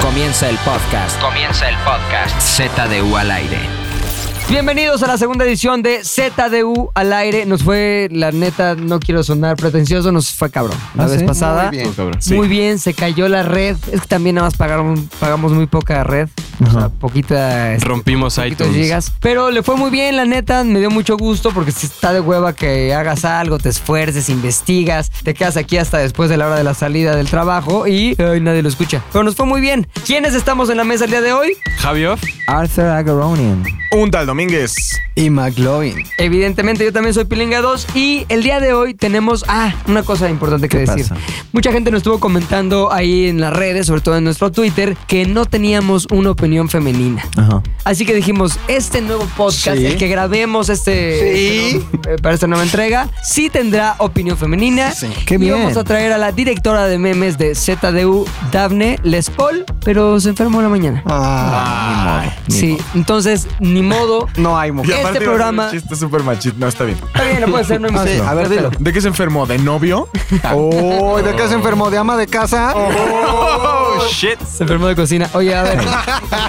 Comienza el podcast. Comienza el podcast. ZDU al aire. Bienvenidos a la segunda edición de ZDU al aire. Nos fue, la neta, no quiero sonar pretencioso, nos fue cabrón. La vez pasada. Ah, Muy bien. se cayó la red. Es que también nada más pagaron, pagamos muy poca red. O sea, poquita. este, Rompimos poquitos iTunes. gigas. Pero le fue muy bien, la neta, me dio mucho gusto porque si está de hueva que hagas algo, te esfuerces, investigas, te quedas aquí hasta después de la hora de la salida del trabajo y ay, nadie lo escucha. Pero nos fue muy bien. ¿Quiénes estamos en la mesa el día de hoy? Javier, Arthur Agaronian Un tal Domínguez. y McLovin. Evidentemente, yo también soy Pilinga 2 y el día de hoy tenemos, ah, una cosa importante que ¿Qué decir. pasa? Mucha gente nos estuvo comentando ahí en las redes, sobre todo en nuestro Twitter, que no teníamos una opinión femenina. Ajá. Así que dijimos, este nuevo podcast, Sí. el que grabemos este, Sí. este nuevo- eh, para esta nueva entrega, sí tendrá opinión femenina. Sí. Qué y bien. vamos a traer a la directora de memes de ZDU, Dafne Les Paul, pero se enfermó en la mañana. Ah, ni modo, ni sí, modo. entonces, ni modo. No hay mujer. Este aparte iba a programa- hacer un chiste súper machito. No, está bien. Está bien, no puede ser, no hay más. Sí, a ver, dilo. ¿De qué se enfermó? ¿De novio? Oh, ¿de qué se enfermó? ¿De ama de casa? Oh, shit. Se enfermó de cocina. Oye, a ver.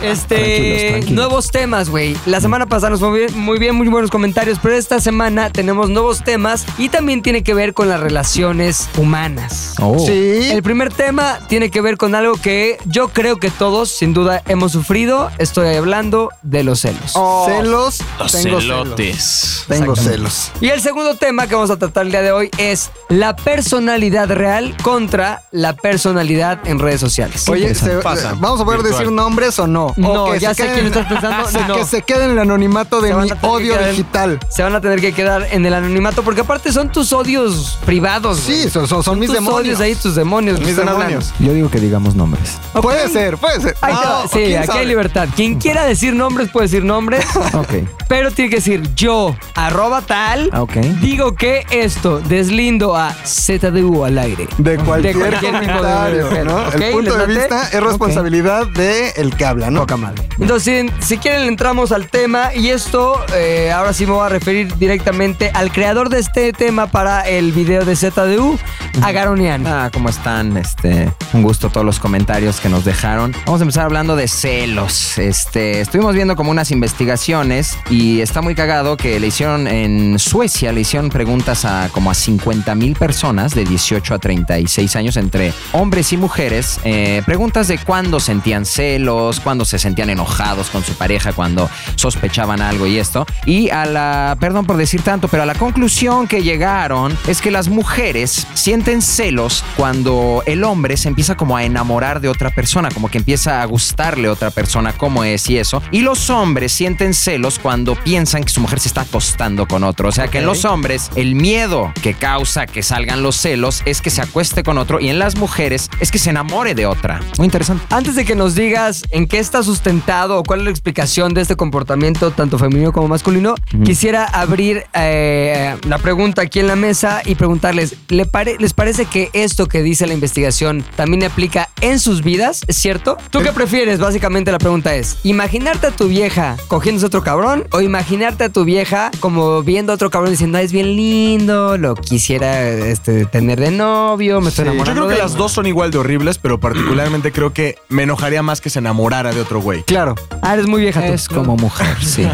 este. Tranquilos, tranquilos. Nuevos temas, güey. La semana pasada nos fue muy bien, muy bien, muy buenos comentarios, pero esta semana tenemos nuevos temas y también tiene que ver con las relaciones humanas. Oh. Sí. El primer tema tiene que ver con algo que yo creo que todos, sin duda, hemos sufrido. Estoy hablando de los celos. Oh. Celos. Los tengo celos. celotes. Tengo celos. Y el segundo tema que vamos a tratar el día de hoy es la personalidad real contra la personalidad en redes sociales. Oye, interesante. se- Pasa. ¿vamos a poder Virtual. decir nombres o no? No, O que ya se sé quién estás pensando, se- no. Que se quede en el anonimato de Se van mi a tener que odio quedar en- digital. se van a tener que quedar en el anonimato porque aparte son tus odios privados. güey. Sí, son, son- son mis tus demonios. odios ahí, tus demonios. que Mis están demonios. Yo digo que digamos nombres. hablando. Puede Ok. ser, puede ser. Ahí te No, va. Sí, Ah, ¿quién aquí sabe? hay libertad. Quien quiera decir nombres puede decir nombres, Ok, pero tiene que decir yo, arroba tal, Ah, ok. digo que esto, deslindo a ZDU al aire. De cualquier, cualquier tipo de- comentario, de- ¿no? ok, el punto ¿les de late? vista es responsabilidad de el que habla, ¿no? Entonces, si- si quieren, le entramos al tema. Y esto, eh, ahora sí me voy a referir directamente al creador de este tema para el video de ZDU, Agaronian. Ah, ¿cómo están? Este, un gusto todos los comentarios que nos dejaron. Vamos a empezar hablando de celos. Este, estuvimos viendo como unas investigaciones y está muy cagado que le hicieron en Suecia, le hicieron preguntas a como a 50 mil personas de 18 a 36 años entre hombres y mujeres. eh, preguntas de cuándo sentían celos, cuándo se sentían enojados con su pareja, cuando sospechaban algo y esto. Y a la, perdón por decir tanto, pero a la conclusión que llegaron es que las mujeres sienten celos cuando el hombre se empieza como a enamorar de otra persona, como que empieza a gustarle a otra persona como es y eso. Y los hombres sienten celos cuando piensan que su mujer se está acostando con otro. O sea que en los hombres el miedo que causa que salgan los celos es que se acueste con otro y en las mujeres es que se enamore de otra. Muy interesante. Antes de que nos digas en qué está sustentado o cuál es la explicación de este comportamiento, tanto femenino como masculino, quisiera abrir eh, la pregunta aquí en la mesa y preguntarles, ¿le pare- ¿les parece que esto que dice la investigación también aplica en sus vidas? ¿Es cierto? ¿Tú qué prefieres? Básicamente la pregunta es, ¿imaginarte a tu vieja cogiéndose a otro cabrón o imaginarte a tu vieja como viendo a otro cabrón diciendo, "Ah, es bien lindo, lo quisiera este, tener de novio, me estoy Sí. enamorando Yo creo de que él"? las dos son igual de horribles, pero particularmente creo que me enojaría más que se enamorara de otro güey. Claro. Ah, eres muy vieja tú. Es como mujer, sí.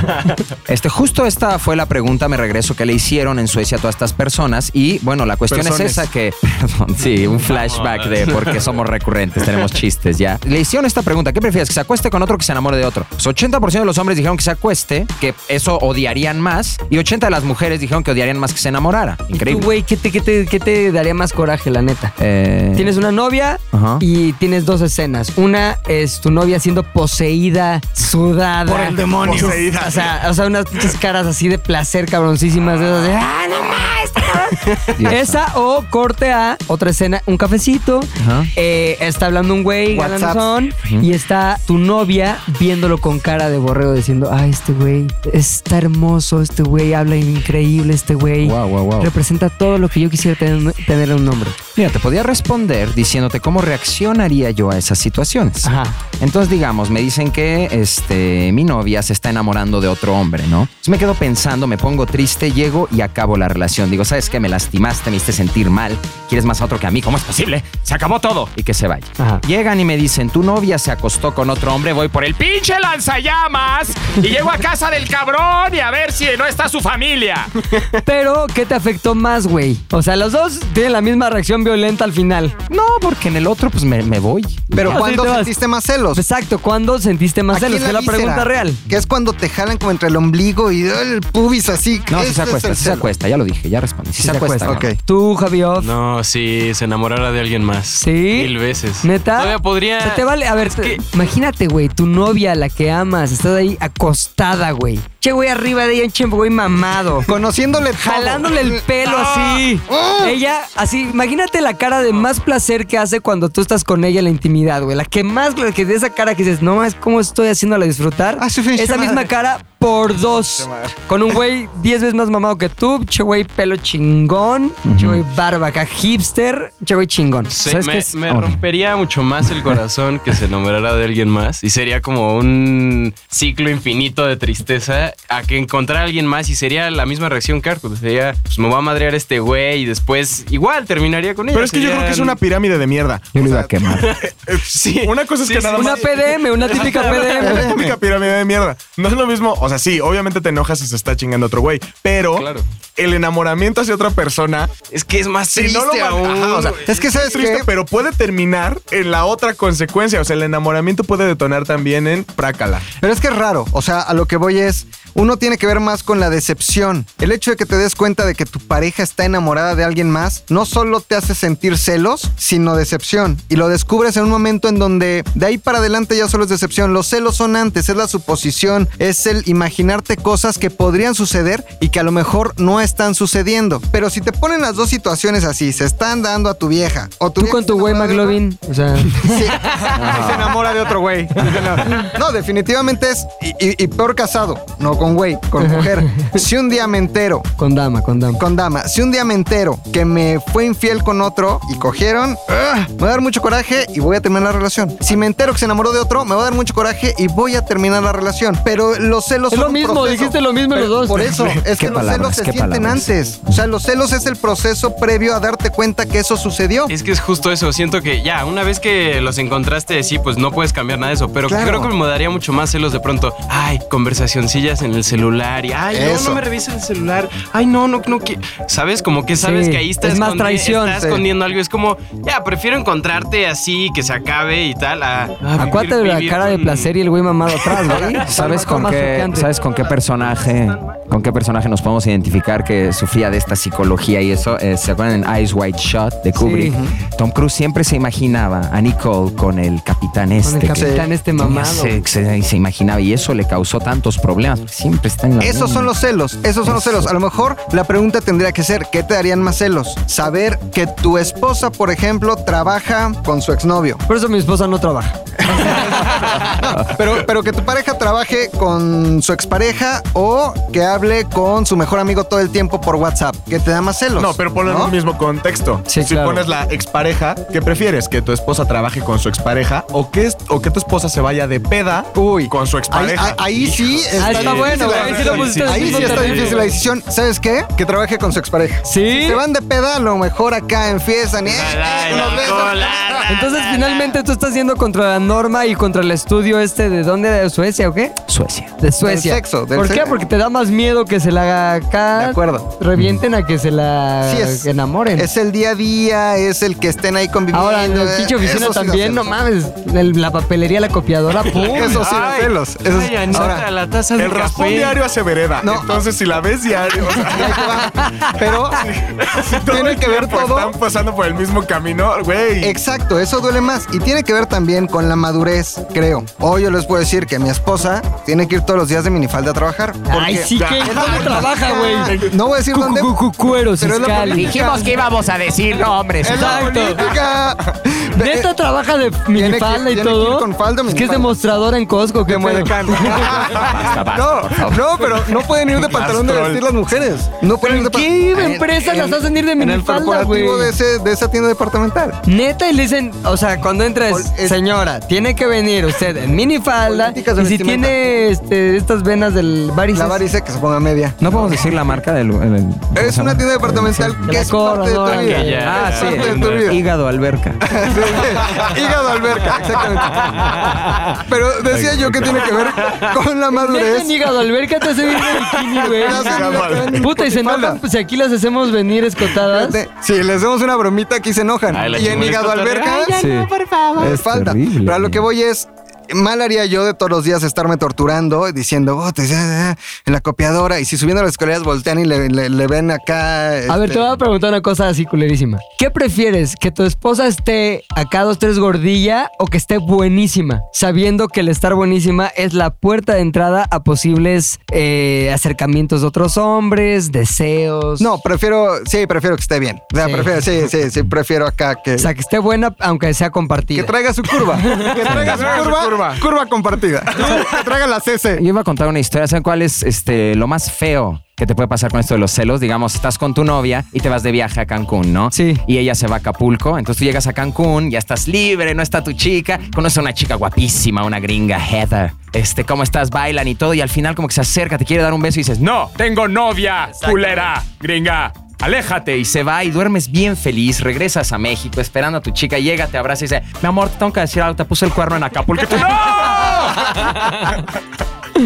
Este, justo esta fue la pregunta, me regreso, que le hicieron en Suecia a todas estas personas. Y bueno, la cuestión Personas. es esa que. Perdón, sí, un flashback de por qué somos recurrentes, tenemos chistes ya. Le hicieron esta pregunta: ¿qué prefieres? ¿Que se acueste con otro o que se enamore de otro? Pues 80% de los hombres dijeron que se acueste, que eso odiarían más. Y 80% de las mujeres dijeron que odiarían más que se enamorara. Tú, Increíble. güey, ¿qué te, qué te- qué te daría más coraje, la neta? Eh, Tienes una novia Ajá. y tienes dos escenas. Una es tu novia siendo poseída, sudada. Por el demonio. O sea, o sea, unas pinches caras así de placer cabroncísimas. De esas de, ¡Ah, no más! este cabrón". Dios Esa o corte a otra escena, un cafecito. Ajá. eh, está hablando un güey, WhatsApp. galanzón, Ujú. Y está tu novia viéndolo con cara de borreo diciendo, ¡Ay, este güey está hermoso! Este güey habla increíble, este güey Guau, guau, guau. representa todo lo que yo quisiera tener, tener en un hombre. Mira, te podía responder diciéndote cómo reaccionaría yo a esas situaciones. Ajá. Entonces, digamos, me dicen que este, mi novia se está enamorando de otro hombre, ¿no? Entonces me quedo pensando, me pongo triste, llego y acabo la relación. Digo, ¿sabes qué? Me lastimaste, me hiciste sentir mal, quieres más a otro que a mí, ¿cómo es posible? Se acabó todo. Y que se vaya. Ajá. Llegan y me dicen, tu novia se acostó con otro hombre, voy por el pinche lanzallamas y llego a casa del cabrón y a ver si no está su familia. Pero, ¿qué te afectó más, güey? O sea, los dos tienen la misma reacción violenta al final. No, porque en el otro pues me, me voy. Pero Así ¿cuándo te vas. sentiste más celos? Exacto, ¿cuándo sentiste más Aquí celos? en Es la víscera, pregunta real. Que es cuando te jalan como entre el ombligo y el pubis así. No, Ese sí se Este es acuesta, el sí se celo. acuesta, ya lo dije, ya respondí. Sí, Sí se se acuesta. acuesta. cabrón. Ok. Tú, Javioff. No, sí, se enamorara de alguien más. ¿Sí? Mil veces. ¿Neta? Todavía podría. Se te vale. A ver, te- imagínate, güey, tu novia, la que amas, estás ahí acostada, güey. Che, güey, arriba de ella, un che, güey, mamado. Conociéndole todo. ¡Oh! Jalándole el pelo así. Ah. Ella, así, imagínate la cara de más placer que hace cuando tú estás con ella en la intimidad, güey. La que más, la que de esa cara que dices, no más, ¿cómo estoy haciéndola disfrutar? Ah, su pinche Esa misma madre. cara por dos. Con un güey 10 veces más mamado que tú, che, güey, pelo chingón, che, güey, barba acá, hipster, che, güey, chingón. Sí, ¿Sabes qué me, es? me Ahora. rompería mucho más el corazón que se enamorara de alguien más y sería como un ciclo infinito de tristeza a que encontrar a alguien más y sería la misma reacción que Arthur. Sería, pues me va a madrear este güey y después igual terminaría con ella. Pero es que yo creo que es una pirámide de mierda. Yo lo iba a quemar. Sí. Una cosa es que nada Una más. PDM, una típica PDM. La única pirámide de mierda. No es lo mismo. O sea, sí, obviamente te enojas si se está chingando otro güey. Pero Claro. el enamoramiento hacia otra persona. Es que es más Si triste no lo man- aún. Ajá, o sea, Es que sabes es triste, que pero puede terminar en la otra consecuencia. O sea, el enamoramiento puede detonar también en prácala. Pero es que es raro, o sea, a lo que voy es, uno tiene que ver más con la decepción. El hecho de que te des cuenta de que tu pareja está enamorada de alguien más, no solo te hace sentir celos, sino decepción. Y lo descubres en un momento en donde de ahí para adelante ya solo es decepción. Los celos son antes, es la suposición, es el imaginarte cosas que podrían suceder y que a lo mejor no están sucediendo. Pero si te ponen las dos situaciones así, se están dando a tu vieja o tu Tú vieja con está tu güey enamorada de- McLovin, o sea, Sí. Y se enamora de otro güey. No, definitivamente es. Y, y- y peor casado. No con güey, con mujer. Si un día me entero. con dama, con dama. Con dama, si un día me entero que me fue infiel con otro y cogieron, ¡ah! me va a dar mucho coraje y voy a terminar la relación. Si me entero que se enamoró de otro, me va a dar mucho coraje y voy a terminar la relación. Pero los celos Es son lo un mismo, proceso. dijiste lo mismo los dos. Por eso, es Qué que los celos palabras, se qué sienten palabras. antes. O sea, los celos es el proceso previo a darte cuenta que eso sucedió. Es que es justo eso. Siento que ya, una vez que los encontraste, sí, pues no puedes cambiar nada de eso. Pero Claro. creo que me daría mucho más celos de pronto. Ay, conversacioncillas en el celular. Y ay, no, Eso. no me revises el celular. Ay, no, no, no. que-". ¿Sabes? Como que sabes Sí, que ahí estás, es más traición, estás sí. escondiendo algo. Es como, ya, prefiero encontrarte así, que se acabe y tal. A, a Acuérdate Ah, de vivir- la vivir cara de con- placer y el güey mamado atrás, güey. ¿Sabes Está con más qué, choqueante. ¿Sabes con qué personaje, con qué personaje nos podemos identificar que sufría de esta psicología y eso? Eh, ¿Se acuerdan en Eyes Wide Shut de Kubrick? Tom Cruise siempre se imaginaba a Nicole con el capitán este. Con el que capitán este tenía mamado. sexo y se imaginaba y eso le causó tantos problemas. porque Siempre está en la Esos misma. son los celos, esos son los celos. A lo mejor la pregunta tendría que ser, ¿qué te darían más celos? Saber que tu esposa, por ejemplo, trabaja con su exnovio. Por eso mi esposa no trabaja. Pero, pero que tu pareja trabaje con su expareja o que hable con su mejor amigo todo el tiempo por WhatsApp. ¿Qué te da más celos? No, pero ponlo en ¿No? el mismo contexto. Sí, si claro. pones la expareja, ¿qué prefieres? ¿Que tu esposa trabaje con su expareja o que, es- o que tu esposa se vaya de peda Uy, con su Ahí, expareja? ahí- ahí sí Ah, está, está difícil bueno, la güey, sí lo decisión. pusiste en el Ahí mismo sí está terreno. difícil la decisión. ¿Sabes qué? Que trabaje con su expareja. ¿Sí? Se van de peda, a lo mejor acá empiezan. eh, Ay, eh, unos besos. alcohol, ah, ah, Entonces, ah, finalmente tú estás yendo contra la norma y contra el estudio este de dónde, de Suecia o qué? Suecia. De Suecia. sexo, del ¿Por sexo. qué? Porque te da más miedo que se la haga acá. De acuerdo. Revienten a que se la Sí, es- enamoren. Es el día a día, es el que estén ahí conviviendo. Ahora, en el eh, pinche oficina eso sí da también, no celos. mames. el- la papelería, la copiadora, pum. Eso sí, da Ay, celos. Eso sí. ay, Anita, Ahora, la taza de El raspón café. diario hace vereda. No. Entonces, si la ves diario, o sea, ahí te va. pero todo tiene el que ver tiempo todo. Están pasando por el mismo camino, güey. Exacto, eso duele más. Y tiene que ver también con la madurez, creo. Hoy yo les puedo decir que mi esposa tiene que ir todos los días de minifalda a trabajar. Ay, sí, que Ya. ¿Dónde trabaja, güey? No voy a decir Cu- dónde. cu- cu- Cuero, Pero es la Ciscali. política. Dijimos que íbamos a decir nombres. Es la Exacto. política. Neta trabaja de minifalda y eh, tiene que ir todo. con falda, es que es minifalda. demostradora en Costco. ¿qué pedo? de muedecán. basta, por No, favor. no, pero no pueden ir de pantalón de Castrol. vestir las mujeres. No pueden ir de pa- ¿Qué empresas en- las hacen ir de En el minifalda, güey? corporativo de, ese, de esa tienda departamental. Neta, y le dicen, o sea, cuando entra es, Ol- es- Pues, señora, tiene que venir usted en minifalda y si Políticas de vestimenta. tiene este, estas venas del varices. La varice que se ponga media. No podemos decir la marca del. el- el- Es una tienda departamental De que la es parte de tu corredora, vida. que ya- Ah, Es sí. parte de tu vida. Hígado alberca. Sí, Ah, sí. Hígado alberca, exactamente. Pero decía yo que tiene que ver con la Neta, madurez. en hígado alberca te hace ir de bikini, güey. Puta, y se enojan pues, si aquí las hacemos venir escotadas. Si les damos una bromita, aquí se enojan. Ay, la y en chimolesco hígado otra vez. alberca. Sí. Es Es falta. terrible, Pero a lo güey. que voy es. Mal haría yo de todos los días estarme torturando, diciendo, oh, te- ah, ah", en la copiadora. Y si subiendo las escaleras voltean y le, le- le ven acá. A ver, este, te voy a preguntar una cosa así culerísima. ¿Qué prefieres? ¿Que tu esposa esté acá dos, tres gordilla o que esté buenísima? Sabiendo que el estar buenísima es la puerta de entrada a posibles eh, acercamientos de otros hombres, deseos. No, prefiero, sí, prefiero que esté bien. O sea, Pues, Sí. prefiero, sí, sí, sí, prefiero acá que. O sea, que esté buena aunque sea compartida. Que traiga su curva. Que traiga su curva. Curva, compartida. que traiga la CC. Yo iba a contar una historia. ¿Saben cuál es este, lo más feo que te puede pasar con esto de los celos? Digamos, estás con tu novia y te vas de viaje a Cancún, ¿no? Sí. Y ella se va a Acapulco. Entonces tú llegas a Cancún, ya estás libre, no está tu chica. Conoces a una chica guapísima, una gringa, Heather. Este, ¿cómo estás? Bailan y todo. Y al final, como que se acerca, te quiere dar un beso y dices, ¡No! ¡Tengo novia! ¡Culera! ¡Gringa! Aléjate y se va y duermes bien feliz. Regresas a México esperando a tu chica. Llega, te abraza y dice: Mi amor, te tengo que decir algo. Te puse el cuerno en Acapulco. Y tú, ¡No!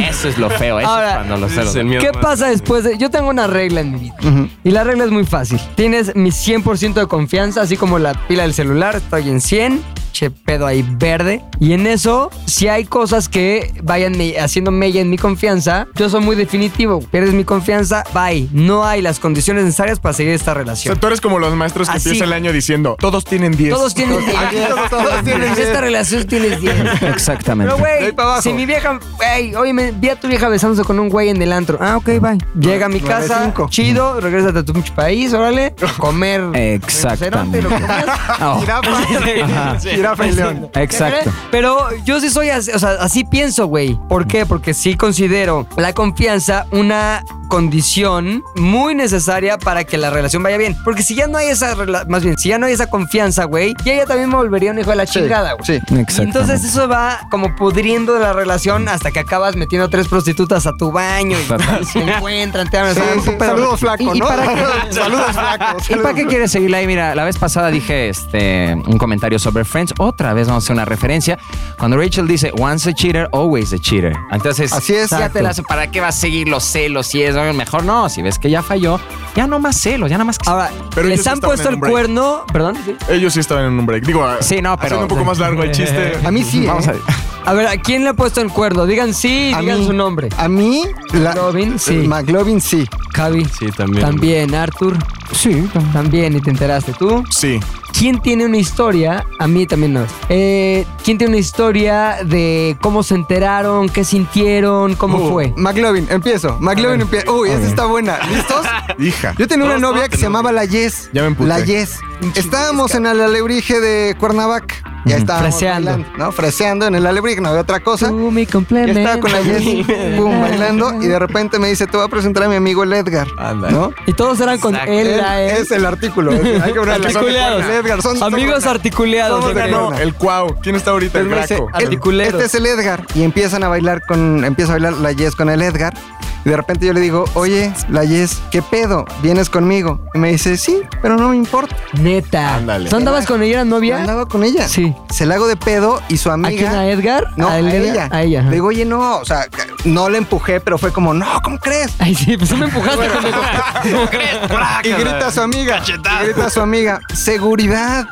Eso es lo feo. Eso Ahora, es cuando los ese celos. es el mío. ¿Qué pasa después de.? Yo tengo una regla en mi vida. Y la regla es muy fácil. Tienes mi 100% de confianza, así como la pila del celular, estoy en 100. Che, pedo ahí verde. Y en eso, si hay cosas que vayan me- haciendo mella en mi confianza, yo soy muy definitivo. Pierdes mi confianza, bye. No hay las condiciones necesarias para seguir esta O sea, relación. tú eres como los maestros que Así. empiezan el año diciendo, todos tienen 10. Todos tienen 10. Aquí todos- todos tienen Esta 10. relación tienes 10. Exactamente. Pero, De ahí güey, para abajo. si mi vieja, güey, oye, me, vi a tu vieja besándose con un güey en el antro. Ah, ok, bye. Llega a mi Nueve, casa, cinco. chido, regrésate a tu pinche país, órale, a comer. Exactamente. rinoceronte, lo que quieras. Oh, Jirafa. Jirafa y león. exacto. Pero yo sí soy así, o sea, así pienso, güey. ¿Por qué? Porque sí considero la confianza una condición muy necesaria para que la relación vaya bien. Porque si ya no hay esa, rela- más bien, si ya no hay esa confianza, güey, ya ella también me volvería un hijo de la chingada, güey. Sí. Exactamente. Entonces eso va como pudriendo la relación hasta que acabas metiendo tres prostitutas a tu baño y se encuentran, te hablan. Sí, ¿sabes? sí, Pero- Saludos flacos, ¿Y- y ¿no? para qué? Saludos flacos. ¿Y para qué quieres seguirla ahí? Mira, la vez pasada dije este, un comentario sobre Friends. Otra vez vamos a hacer una referencia. Cuando Rachel dice, once a cheater, always a cheater. Entonces, Así es. ya te la hace. ¿Para qué vas a seguir los celos? Si es mejor no. Si ves que ya falló, ya no más celos, ya nada más que... Ahora, Pero ellos les han estaban puesto en el un break. cuerno, perdón. ¿Sí? Ellos sí estaban en un break. Digo, Sí, no, haciendo pero- un poco más largo el chiste. A mí sí. Vamos ¿eh? a A ver, ¿a quién le ha puesto el cuerno? Digan sí, A digan mí- su nombre. A mí, la. Robin, sí. McLovin sí. Javi. Sí, también. También, Arthur. Sí. También, y te enteraste tú. Sí. ¿Quién tiene una historia? A mí también no. Eh, ¿Quién tiene una historia de cómo se enteraron, qué sintieron, cómo Uh, fue? McLovin, empiezo. McLovin empieza. Uy, esta está buena. ¿Listos? Hija. Yo tenía una Todos, novia todos que se tenemos. llamaba La Yes. Ya me emputé. La Yes. Estábamos en el alebrije de Cuernavaca. Ya estábamos Freseando. bailando, ¿no? Freseando en el alebrije, no había otra cosa. Tú me Ya complementas. estaba con la Yes, boom, bailando, y de repente me dice, te voy a presentar a mi amigo el Edgar. Anda. ¿No? Y todos eran con Exacto. él, Él la él. es el artículo. es decir, Hay que ponerle- Articulados. El Edgar. Son, son- Amigos articulados. somos de ok. no. No, el cuau. ¿Quién está ahorita? El Él me dice, braco. "El- Articuleros. este es el Edgar. Y empiezan a bailar con. Empieza a bailar la Yes con el Edgar. Y de repente yo le digo, oye, la Yes, ¿qué pedo? ¿Vienes conmigo? Y me dice, sí, pero no me importa. Neta. Ándale. ¿Tú andabas con ella, era Yo novia? andaba con ella. Sí. Se la hago de pedo y su ¿A quién? amiga. ¿A Edgar? No, a él, ella. A ella. ajá. Le digo, oye, no, o sea, no la empujé, pero fue como, no, ¿cómo crees? Ay, sí, pues tú me empujaste pendejo. Y grita a su amiga. Y grita a su amiga, seguridad.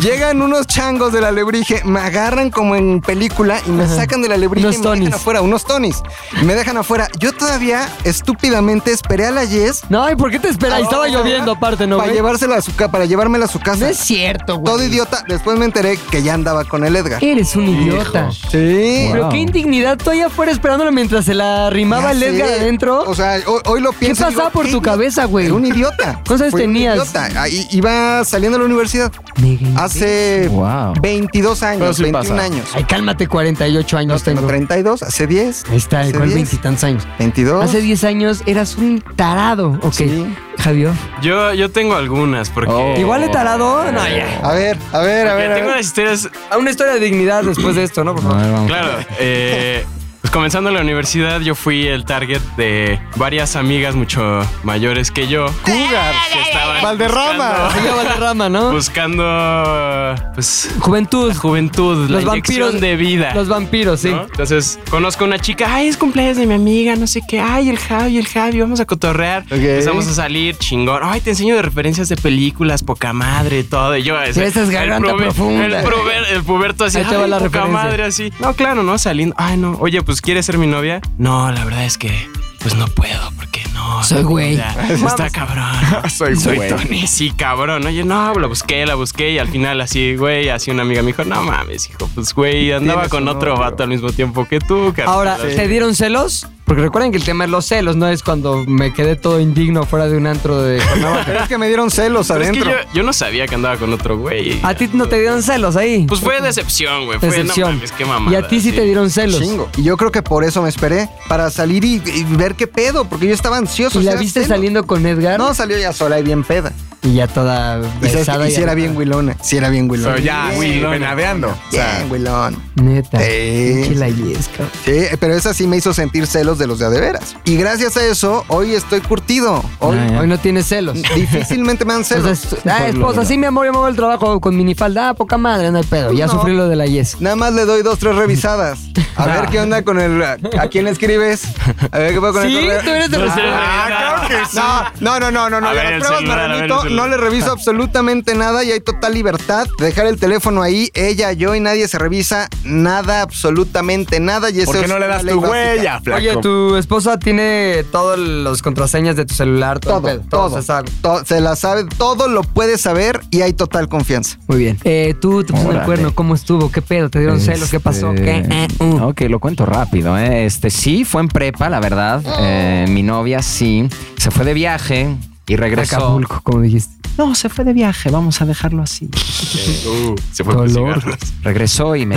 Llegan unos changos del alebrije, me agarran como en película y me Ajá. sacan del alebrije Unos y me tonis. dejan afuera, unos tonis. Y me dejan afuera. Yo todavía, estúpidamente, esperé a la Yes. No, ¿y por qué te esperas? Estaba lloviendo aparte, ¿no? Para güey? llevársela a su ca- para llevármela a su No casa. es cierto, güey. Todo idiota. Después me enteré que ya andaba con el Edgar. Eres un idiota. Sí. Pero Wow. qué indignidad tú allá afuera esperándola mientras se la arrimaba Ya el sé. Edgar adentro. O sea, hoy, hoy lo pienso. y pasaba por tu "Qué cabeza, güey?" Era un idiota. ¿Cuántos años Fue un tenías? idiota. Ahí Iba saliendo de la universidad. Ni hace Wow. 22 Pero años, sí 21 pasa. años. Ay, cálmate, 48 años No, tengo tengo. 32, hace 10. Ahí está, hace ¿cuál 10, veintitantos años? 22. Hace 10 años eras un tarado. Ok, Sí. Javier. Yo, yo tengo algunas, porque. Oh. Igual de tarado, no, ya. A ver, a ver, a porque ver. a tengo ver. unas historias. A una historia de dignidad después de esto, ¿no? Por A favor. ver, vamos. Claro. eh, pues comenzando la universidad, yo fui el target de varias amigas mucho mayores que yo. Cougars que estaban Valderrama. Se llama la rama, ¿no? Pues, Buscando. buscando, Pues. Juventud. Juventud, Los la vampiros inyección de vida. Los vampiros, sí. ¿no? Entonces, conozco a una chica, ay, es cumpleaños de mi amiga, no sé qué, ay, el Javi, el Javi, vamos a cotorrear. Empezamos a salir, chingón. Ay, te enseño de referencias de películas, poca madre, todo. Y yo, ese- esa es el garganta prove- profunda. El, prove- el puberto así, Ahí te va ay, la poca referencia. madre, así. No, claro, no, saliendo. Ay, no, oye, pues, ¿quieres ser mi novia? No, la verdad es que, pues, no puedo, porque no. Soy güey. ya, Está cabrón. Soy güey. Tony, sí, cabrón. Oye, no, la busqué, la busqué y al final así, güey, así una amiga me dijo, no mames, hijo, pues, güey, andaba Tienes con un otro novio. vato al mismo tiempo que tú, carnal. Ahora, ¿te dieron celos? Porque recuerden que el tema es los celos, no es cuando me quedé todo indigno fuera de un antro de No, pero es que me dieron celos Pero es que adentro. yo, yo no sabía que andaba con otro güey. ¿A ti no te dieron celos ahí? Pues fue decepción, güey. Fue, Decepción. No mames, qué mamada, y a ti sí, te dieron celos. Chingo. Y yo creo que por eso me esperé, para salir y, y ver qué pedo, porque yo estaba ansioso. ¿Y la era viste celo. saliendo con Edgar? No, salió ya sola y bien peda. Y ya toda Y sabes besada. que- y si era bien Wilona. Si era bien Wilona. Soy ya, Bien, güey, venadeando. Ah, O sea, Bien, Wilona. Neta. Sí. Pinche la yesca. Sí, eh, pero esa sí me hizo sentir celos de los de a de veras. Y gracias a eso, hoy estoy curtido. Hoy Ah, ya. Hoy no tienes celos. difícilmente me dan celos. Entonces, ah, esposa, sí, mi amor, yo me voy al trabajo con minifalda. Ah, poca madre, no hay pedo. Ya No. sufrí lo de la yes. Nada más le doy dos, tres revisadas. A ver qué onda con el. ¿A quién le escribes? A ver qué pasa con Sí, el correo. tú eres de los- Ah, claro que sí. No, no, no, no, no. A yo ver las el pruebas celular, a me ver el remito, no celular. le reviso absolutamente nada y hay total libertad. de Dejar el teléfono ahí, ella, yo y nadie se revisa nada, absolutamente nada. Y eso ¿Por qué no es una le das ley tu básica. huella, flaco? Oye, tu esposa tiene todas las contraseñas de tu celular, todo, el Todo, pedo, todo, se sabe. to- se la sabe, todo lo puede saber y hay total confianza. Muy bien. Eh, tú te pusieron el Órale. cuerno, ¿cómo estuvo? ¿Qué pedo? ¿Te dieron celos? ¿Qué pasó? Este, ¿Qué? Eh, uh. Ok, lo cuento rápido. ¿eh? Este sí, fue en prepa, la verdad. Oh. Eh, mi novia sí. Se fue de viaje y regresó. Acapulco, como dijiste. No, se fue de viaje. Vamos a dejarlo así. Uh, se fue por Dolor. cigarros. Regresó y me.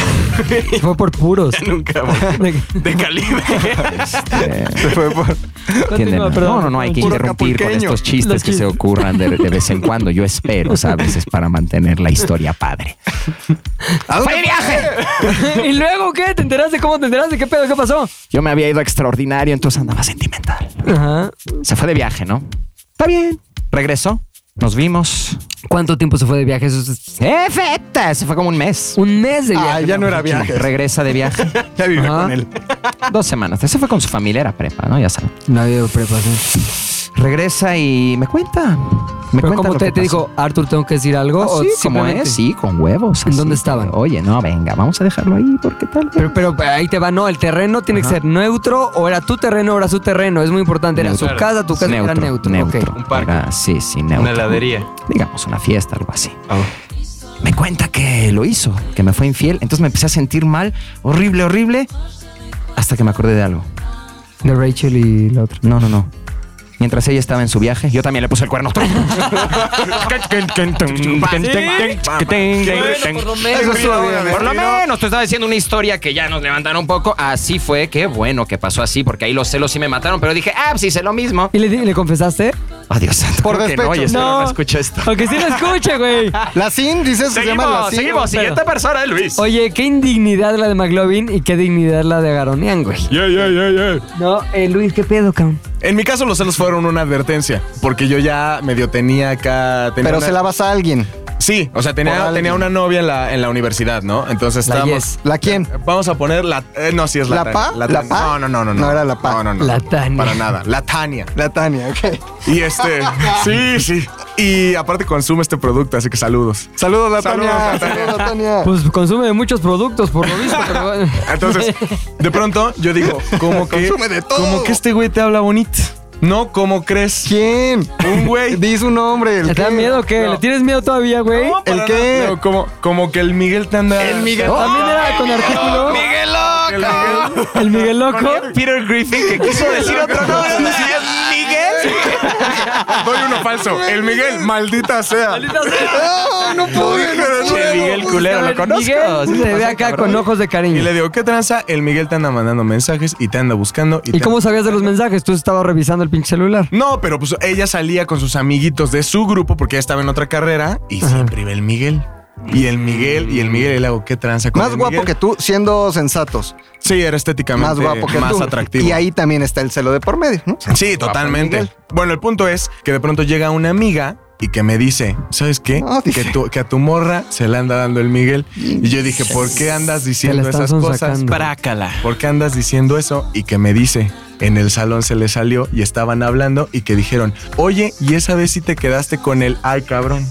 Se Fue por puros. Nunca, güey. De calibre. este, Continúa, Entiéndeme. perdón. no, no, no, hay que Puro interrumpir con acapulqueño. estos Los chistes que se chistes. ocurran de, de vez en cuando. Yo espero, ¿sabes? Es para mantener la historia padre. ¡Fue de viaje! ¿Y luego qué? ¿Te enteraste? ¿Cómo te enteraste? ¿Qué pedo? ¿Qué pasó? Yo me había ido a extraordinario, entonces andaba sentimental. Ajá. Se fue de viaje, ¿no? Está bien. Regresó. Nos vimos. ¿Cuánto tiempo se fue de viaje? Eso es- ¡Eh, feta! Se fue como un mes. un mes de viaje. Ah, ya no era viaje. Regresa de viaje. Ya vivía Ajá. con él. Dos semanas. Se fue con su familia, era prepa, ¿no? Ya saben. No había prepa, sí. Regresa y me cuenta. Me Pero cuenta como lo te, que te pasó. dijo, Arthur, tengo que decir algo. Así como simplemente- es, sí, con huevos. ¿En así. dónde estaban? Oye, no, venga, vamos a dejarlo ahí porque tal. vez- Pero, pero ahí te va, no, el terreno tiene que ser neutro, o era tu terreno, o era su terreno, es muy importante, era su Neutro. casa, tu casa neutro, era neutro. ok. Un parque. Era- sí, sí, neutro. Una heladería. Digamos, una fiesta, algo así. Ah. Me cuenta que lo hizo, que me fue infiel. Entonces me empecé a sentir mal, horrible, horrible, hasta que me acordé de algo. De Rachel y la otra. No, no, no. Mientras ella estaba en su viaje, yo también le puse el cuerno. Eso estuvo bien, ¿eh? Por lo menos te estaba diciendo una historia que ya nos levantaron un poco. Así fue, qué bueno que pasó así, porque ahí los celos sí me mataron, pero dije, ah, pues hice lo mismo. ¿Y le, di- le confesaste? Adiós, santo. Por Creo que despecho. oye, espero No. no escucha esto. Aunque sí lo escuche, güey. La SIN, dices, se llama la Seguimos, seguimos. SIN. pero- Siguiente persona, Luis. Oye, qué indignidad la de McLovin y qué dignidad la de Garonian, güey. Yeah, yeah, yeah, yeah. No, eh, Luis, ¿qué pedo, cabrón? En mi caso, los celos fueron una advertencia, porque yo ya medio tenía acá. tenía Pero una- se la vas a alguien. Sí, o sea, Por tenía, alguien. tenía una novia en la, en la universidad, ¿no? Entonces La estábamos. Yes. ¿La quién? Vamos a poner la. eh, no, sí es la. ¿La Tania. Pa? ¿La Tania. Pa? No, no, no, no. No era la Pa. No, no, no. La Tania. Para nada. La Tania. La Tania, ok. Y este. sí, sí. Y aparte consume este producto, así que saludos. Saludos, la Saludos, Tania. la Tania. Saludos, la Tania. Pues consume de muchos productos, por lo visto, pero bueno. Entonces, de pronto yo digo, como que. Consume de todo. Como que este güey te habla bonito. No, ¿cómo crees? ¿Quién? Un güey. Di su nombre. el ¿Te da qué. miedo o qué? No. ¿Le tienes miedo todavía, güey? No, para ¿El qué? nada. No, como, como que el Miguel te anda. El Miguel. También Oh, era Ah, con artículo. El Miguel. El Miguel Loco. Peter Griffin que quiso decir otra cosa. Doy uno falso. El Miguel, maldita sea. Maldita sea. No, no pude. Miguel culero, lo conozco. Miguel Sí, se ve pasa, acá cabrón. con ojos de cariño. Y le digo, ¿qué tranza? El Miguel te anda mandando mensajes y te anda buscando. ¿Y, ¿Y te- cómo sabías de los mensajes? Tú estabas revisando el pinche celular. No, pero pues ella salía con sus amiguitos de su grupo porque ella estaba en otra carrera y siempre iba el Miguel. Y el Miguel, y el Miguel, y le hago, ¿qué tranza con Más el guapo Miguel?" que tú, siendo sensatos. Sí, era estéticamente Más guapo que más tú. atractivo. Y ahí también está el celo de por medio, ¿no? Sí, totalmente. Miguel. Bueno, el punto es que de pronto llega una amiga y que me dice, ¿sabes qué? No, que, dije. tu- que a tu morra se la anda dando el Miguel. Y yo dije, ¿por qué andas diciendo están esas cosas? sonsacando. Prácala. ¿Por qué andas diciendo eso? Y que me dice, en el salón se le salió y estaban hablando y que dijeron, oye, ¿y esa vez sí te quedaste con el ay cabrón?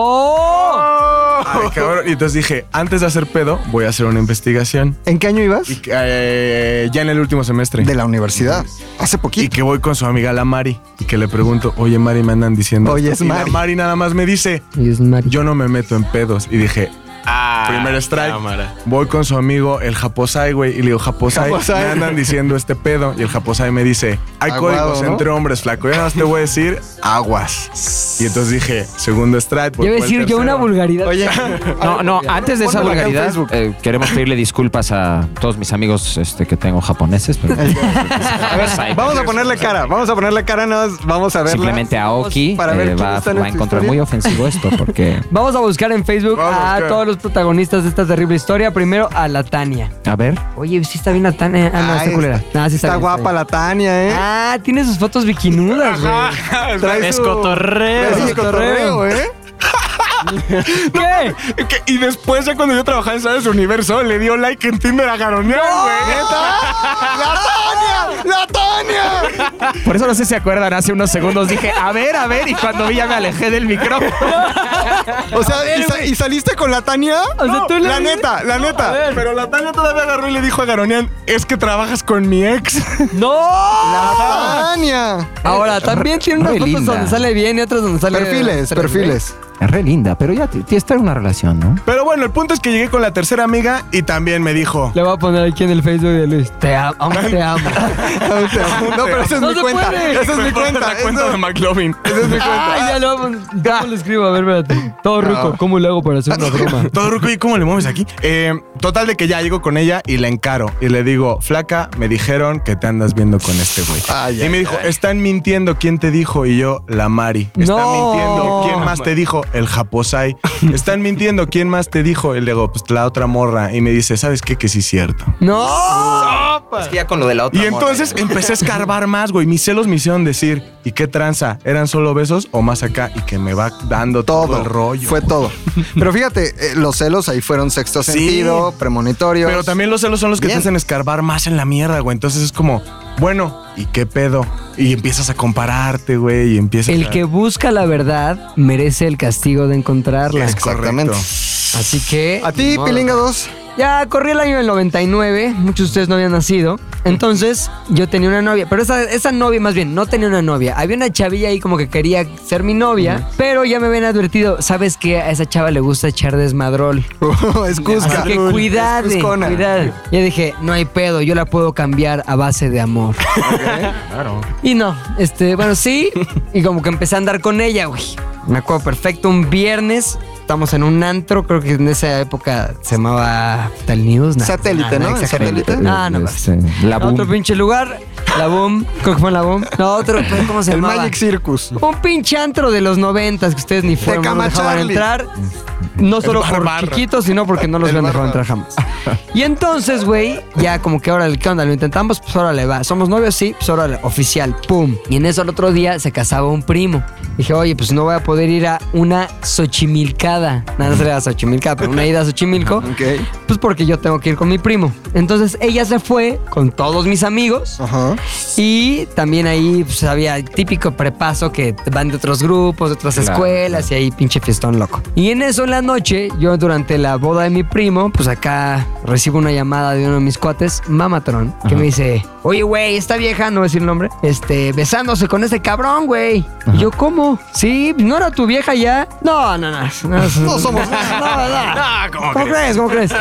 ¡No! Ay cabrón. Y entonces dije, antes de hacer pedo, voy a hacer una investigación. ¿En qué año ibas? Y que, eh, ya en el último semestre. De la universidad. Hace Y poquito. que voy con su amiga la Mari y que le pregunto, oye Mari, me andan diciendo. Oye, esto". es y la Mari. Mari nada más me dice, Y es Mari. yo no me meto en pedos. Y dije, Ah, primer strike. cámara. Voy con su amigo el Japosai, güey, y le digo, Japosai, Japosai. me andan diciendo este pedo. Y el Japosai me dice, hay Aguado, códigos ¿no? entre hombres, flaco. Yo nada más te voy a decir, aguas. Y entonces dije, segundo strike. Yo voy iba a por el decir yo tercero. una vulgaridad. Oye, No, no, antes de esa Pónmelo acá en vulgaridad, Facebook. eh, queremos pedirle disculpas a todos mis amigos este, que tengo japoneses, pero a ver, vamos a ponerle cara, vamos a ponerle cara, nada más vamos a ver. simplemente Aoki Para ver eh, quién va, está en va a esta encontrar muy historia. ofensivo esto, porque... Vamos a buscar en Facebook Vamos a a, buscar. todos los protagonistas de esta terrible historia. Primero a la Tania. A ver, Oye, sí está bien la Tania. Ah, no, está culera. Ah, sí está, está bien, guapa bien. la Tania, ¿eh? Ah, tiene sus fotos bikinudas, güey. Ah, Trae Es su- cotorreo. trae su Es cotorreo. cotorreo, ¿eh? ¿Qué? Que- Y después, ya cuando yo trabajaba en Sabes Universo, le dio like en Tinder a Garonear, güey. ¡La Tania! por eso no sé si se acuerdan, hace unos segundos dije, a ver, a ver, y cuando vi ya me alejé del micrófono. O sea, ¿y, sa- y saliste con la Tania? O sea, tú le- La neta, la neta. Pero la Tania todavía agarró y le dijo a Garonian, es que trabajas con mi ex. ¡No! La Ah. Tania. Ahora, también tiene unas re fotos linda. donde sale bien y otras donde sale... Perfiles, sale perfiles. Es re linda, pero ya t- t- está en una relación, ¿no? Pero bueno, el punto es que llegué con la tercera amiga y también me dijo, bien. Le voy a poner aquí en el Facebook de Luis. Te amo, aún te amo. No, pero esa es No mi se cuenta. puede. Esa es mi cuenta. la cuenta esa- de McLovin. Esa es mi cuenta. Ay, ya lo vamos. ¿Cómo lo escribo? A ver, espérate. Todo rico. ¿Cómo lo hago para hacer una broma? Todo ruco, ¿y cómo le mueves aquí? Eh, total de que ya llego con ella y la encaro. Y le digo, flaca, me dijeron que te andas viendo con este güey. Ay, y me dijo, están mintiendo. ¿Quién te dijo? Y yo, la Mari. Están No. mintiendo. ¿Quién más te dijo? El Japosai. Están mintiendo. ¿Quién más te dijo? Y le digo, pues la otra morra. Y me dice, ¿sabes qué? Que sí es cierto. ¡No! Es que ya con lo de la otra Y entonces empecé a escarbar más, güey. Mis celos me hicieron decir, ¿y qué tranza? ¿Eran solo besos o más acá? Y que me va dando todo, Todo. el rollo. Fue todo. Pero fíjate, eh, los celos ahí fueron sexto Sí. sentido, premonitorio. Pero también los celos son los que Bien. te hacen escarbar más en la mierda, güey. Entonces es como, bueno, ¿y qué pedo? Y empiezas a compararte, güey, y empiezas El a... que busca la verdad merece el castigo de encontrarla. Es Exactamente. correcto. Así que. A ti, ni modo. Pilinga 2. Ya corrí el año del 99. Muchos de ustedes no habían nacido. Entonces, yo tenía una novia. Pero esa, esa novia, más bien, no tenía una novia. Había una chavilla ahí como que quería ser mi novia. Pero ya me habían advertido. ¿Sabes qué? A esa chava le gusta echar desmadrol. es Cusca. Así que cuidad, Es Cuscona. cuidad. Yo dije, no hay pedo, yo la puedo cambiar a base de amor. Y no, este, bueno, sí. Y como que empecé a andar con ella, güey. Me acuerdo perfecto, un viernes. Estamos en un antro, creo que en esa época se llamaba Tal News. nah, Satélite, nah, ¿no? nah, Satélite. exageré. Ah, no, más. Este, la En Otro boom. pinche lugar. La Boom. Creo que fue en la Boom. No, otro, ¿cómo se El llamaba? Magic Circus. Un pinche antro de los noventas que ustedes ni fueron, no Cama nos dejaban Charlie. entrar. No solo bar por barra. chiquitos, sino porque no los El habían bar dejado barra. entrar jamás. Y entonces, güey, ya como que ahora, ¿qué onda? ¿Lo intentamos? Pues órale, va. ¿Somos novios? Sí, pues órale, oficial, pum. Y en eso al otro día se casaba un primo. Dije, oye, pues no voy a poder ir a una Xochimilcada. Nada, no sería Xochimilcada, pero una ida a Xochimilco. Ok. Pues porque yo tengo que ir con mi primo. Entonces ella se fue con todos mis amigos. Ajá. Y también ahí pues, había el típico prepaso que van de otros grupos, de otras Claro, escuelas y ahí pinche fiestón loco. Y en eso en la noche, yo durante la boda de mi primo, pues acá recibo una llamada de uno de mis cuates, Mamatron, que me dice, oye, güey, esta vieja, no voy a decir el nombre, este, besándose con este cabrón, güey. Y Yo, ¿cómo? Sí, no era tu vieja ya. No, no, no. No, No somos- No, no. No, ¿cómo ¿Cómo, crees? ¿Cómo crees?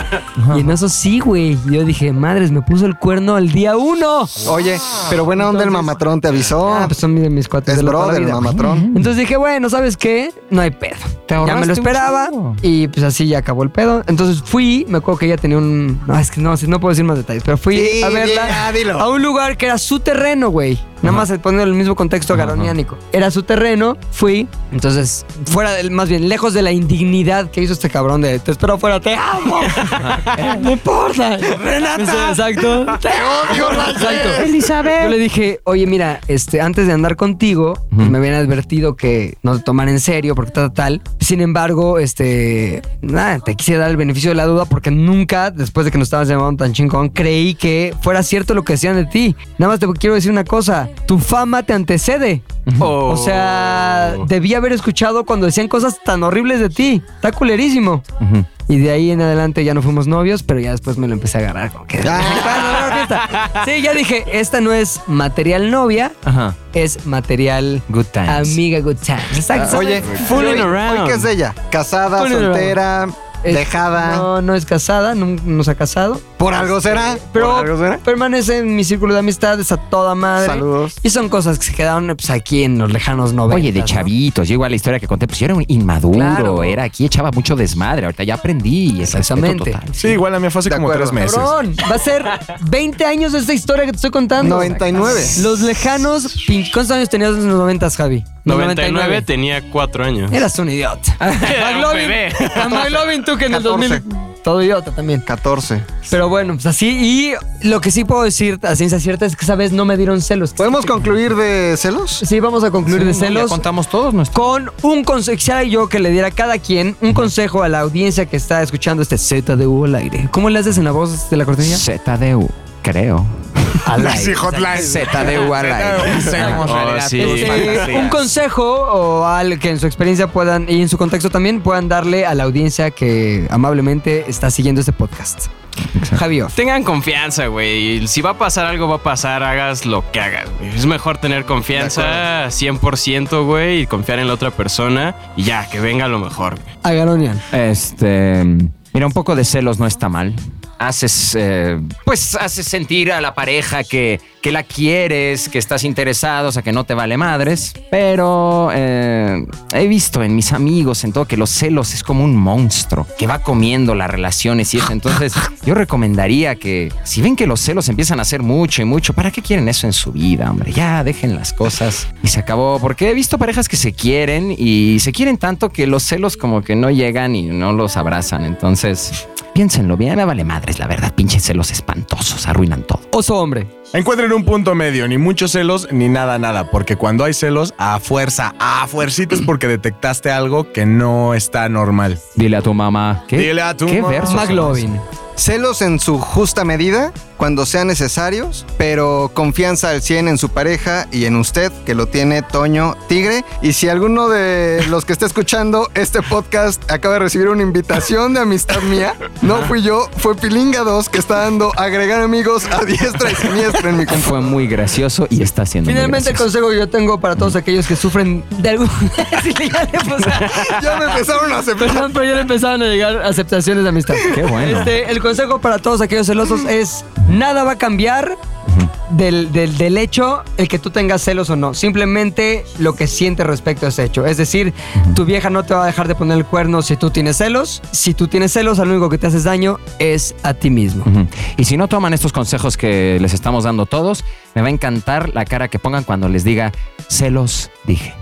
Y en eso sí, güey. Yo dije, madres, me puso el cuerno al día uno. Oye, pero buena onda el mamatrón te avisó. Ah, pues son mis, mis cuates. es de la toda bro la del vida. mamatrón. Entonces dije, bueno, ¿sabes qué? No hay pedo. Te ya ahorraste me lo un esperaba chingo. y pues así ya acabó el pedo. Entonces fui, me acuerdo que ella tenía un... No, es que no, sí, no puedo decir más detalles, pero fui Sí, a verla bien, ya, dilo. a un lugar que era su terreno, güey. Nada más poniendo el mismo contexto garoniánico. Era su terreno, fui. Entonces, fuera del, más bien, lejos de la indignidad que hizo este cabrón de te espero afuera, te amo. no importa. Renata. exacto. Te odio, Exacto. Yo le dije, oye, mira, este, antes de andar contigo, me habían advertido que no te tomara en serio porque tal, tal. tal. Sin embargo, este, nada, te quise dar el beneficio de la duda porque nunca, después de que nos estabas llamando tan chingón, creí que fuera cierto lo que decían de ti. Nada más te quiero decir una cosa, tu fama te antecede. O sea, debí haber escuchado cuando decían cosas tan horribles de ti. Está culerísimo. Y de ahí en adelante ya no fuimos novios, pero ya después me lo empecé a agarrar. Como que, "Ah, Cuando veo la fiesta. Sí, ya dije, esta no es material novia, Ajá. es material Good times. amiga good times. Exacto. Ah, Oye, hoy- Fooling around. hoy ¿qué es ella? ¿Casada, Fooling soltera, Es- dejada? No, no es casada, no, no se ha casado. ¿Por algo será? Pero ¿Por algo será? permanece en mi círculo de amistades a toda madre. Saludos. Y son cosas que se quedaron pues, aquí en los lejanos noventas. Oye, de ¿no? chavitos, yo igual la historia que conté, pues yo era un inmaduro, Claro. era aquí echaba mucho desmadre, ahorita ya aprendí. es respeto Exactamente. total. Sí, igual a mí fue hace De como acuerdo. tres meses. Cabrón, va a ser 20 años de esta historia que te estoy contando. 99. Los lejanos. pin- ¿Cuántos años tenías en los 90, Javi? 99 tenía 4 años. Eras un idiota. Era un bebé. a McLovin tú que en 14. el 2000. Todo idiota también. 14. Pero bueno, pues así. Y lo que sí puedo decir a ciencia cierta es que esa vez no me dieron celos. ¿Podemos concluir de celos? Sí, vamos a concluir de Sí, no, ya celos. contamos todos nuestros. Con un consejo, quisiera yo que le diera a cada quien un consejo a la audiencia que está escuchando este ZDU al aire. ¿Cómo le haces en la voz de la cortinilla? ZDU, creo. Al aire. Sí, hotline. ZDU al aire. Seamos Oh, realidad sí. tus Este, fantasías. un consejo o al que en su experiencia puedan y en su contexto también puedan darle a la audiencia que amablemente está siguiendo este podcast. Javier. Tengan confianza, güey. Si va a pasar algo, va a pasar. Hagas lo que hagas, güey. Es mejor tener confianza 100%, güey, y confiar en la otra persona. Y ya, que venga lo mejor. güey. Agaronian. Este. Mira, un poco de celos no está mal. Haces, eh, pues, haces sentir a la pareja que, que la quieres, que estás interesado, o sea, que no te vale madres. Pero eh, he visto en mis amigos, en todo, que los celos es como un monstruo que va comiendo las relaciones y eso. Entonces, yo recomendaría que, si ven que los celos empiezan a hacer mucho y mucho, ¿para qué quieren eso en su vida, hombre? Ya dejen las cosas y se acabó. Porque he visto parejas que se quieren y se quieren tanto que los celos como que no llegan y no los abrazan. Entonces, piénsenlo bien, me vale madres, la verdad. Pinches celos espantosos, arruinan todo. Oso hombre. Encuentren un punto medio, ni muchos celos ni nada, nada, porque cuando hay celos, a fuerza, a fuercitos, porque detectaste algo que no está normal. Dile a tu mamá. ¿Qué, Dile a tu ¿qué mamá. versos son McLovin. Celos en su justa medida, cuando sean necesarios, pero confianza al 100 en su pareja y en usted, que lo tiene Toño Tigre. Y si alguno de los que está escuchando este podcast acaba de recibir una invitación de amistad mía, no fui yo, fue Pilinga 2 que está dando agregar amigos a diestra y siniestra en mi esos? computadora. Fue muy gracioso y está siendo Finalmente el consejo que yo tengo para todos aquellos que sufren de algún... Sí, ya le puse- Ya me empezaron a aceptar. Perdón, pero ya le empezaron a llegar aceptaciones de amistad. Qué bueno. Este, el consejo para todos aquellos celosos es nada va a cambiar del, del- del hecho el que tú tengas celos o no. Simplemente lo que sientes respecto a ese hecho. Es decir, tu vieja no te va a dejar de poner el cuerno si tú tienes celos. Si tú tienes celos, al único que te haces daño es a ti mismo. Ujú. Y si no toman estos consejos que les estamos dando todos, me va a encantar la cara que pongan cuando les diga, se los dije.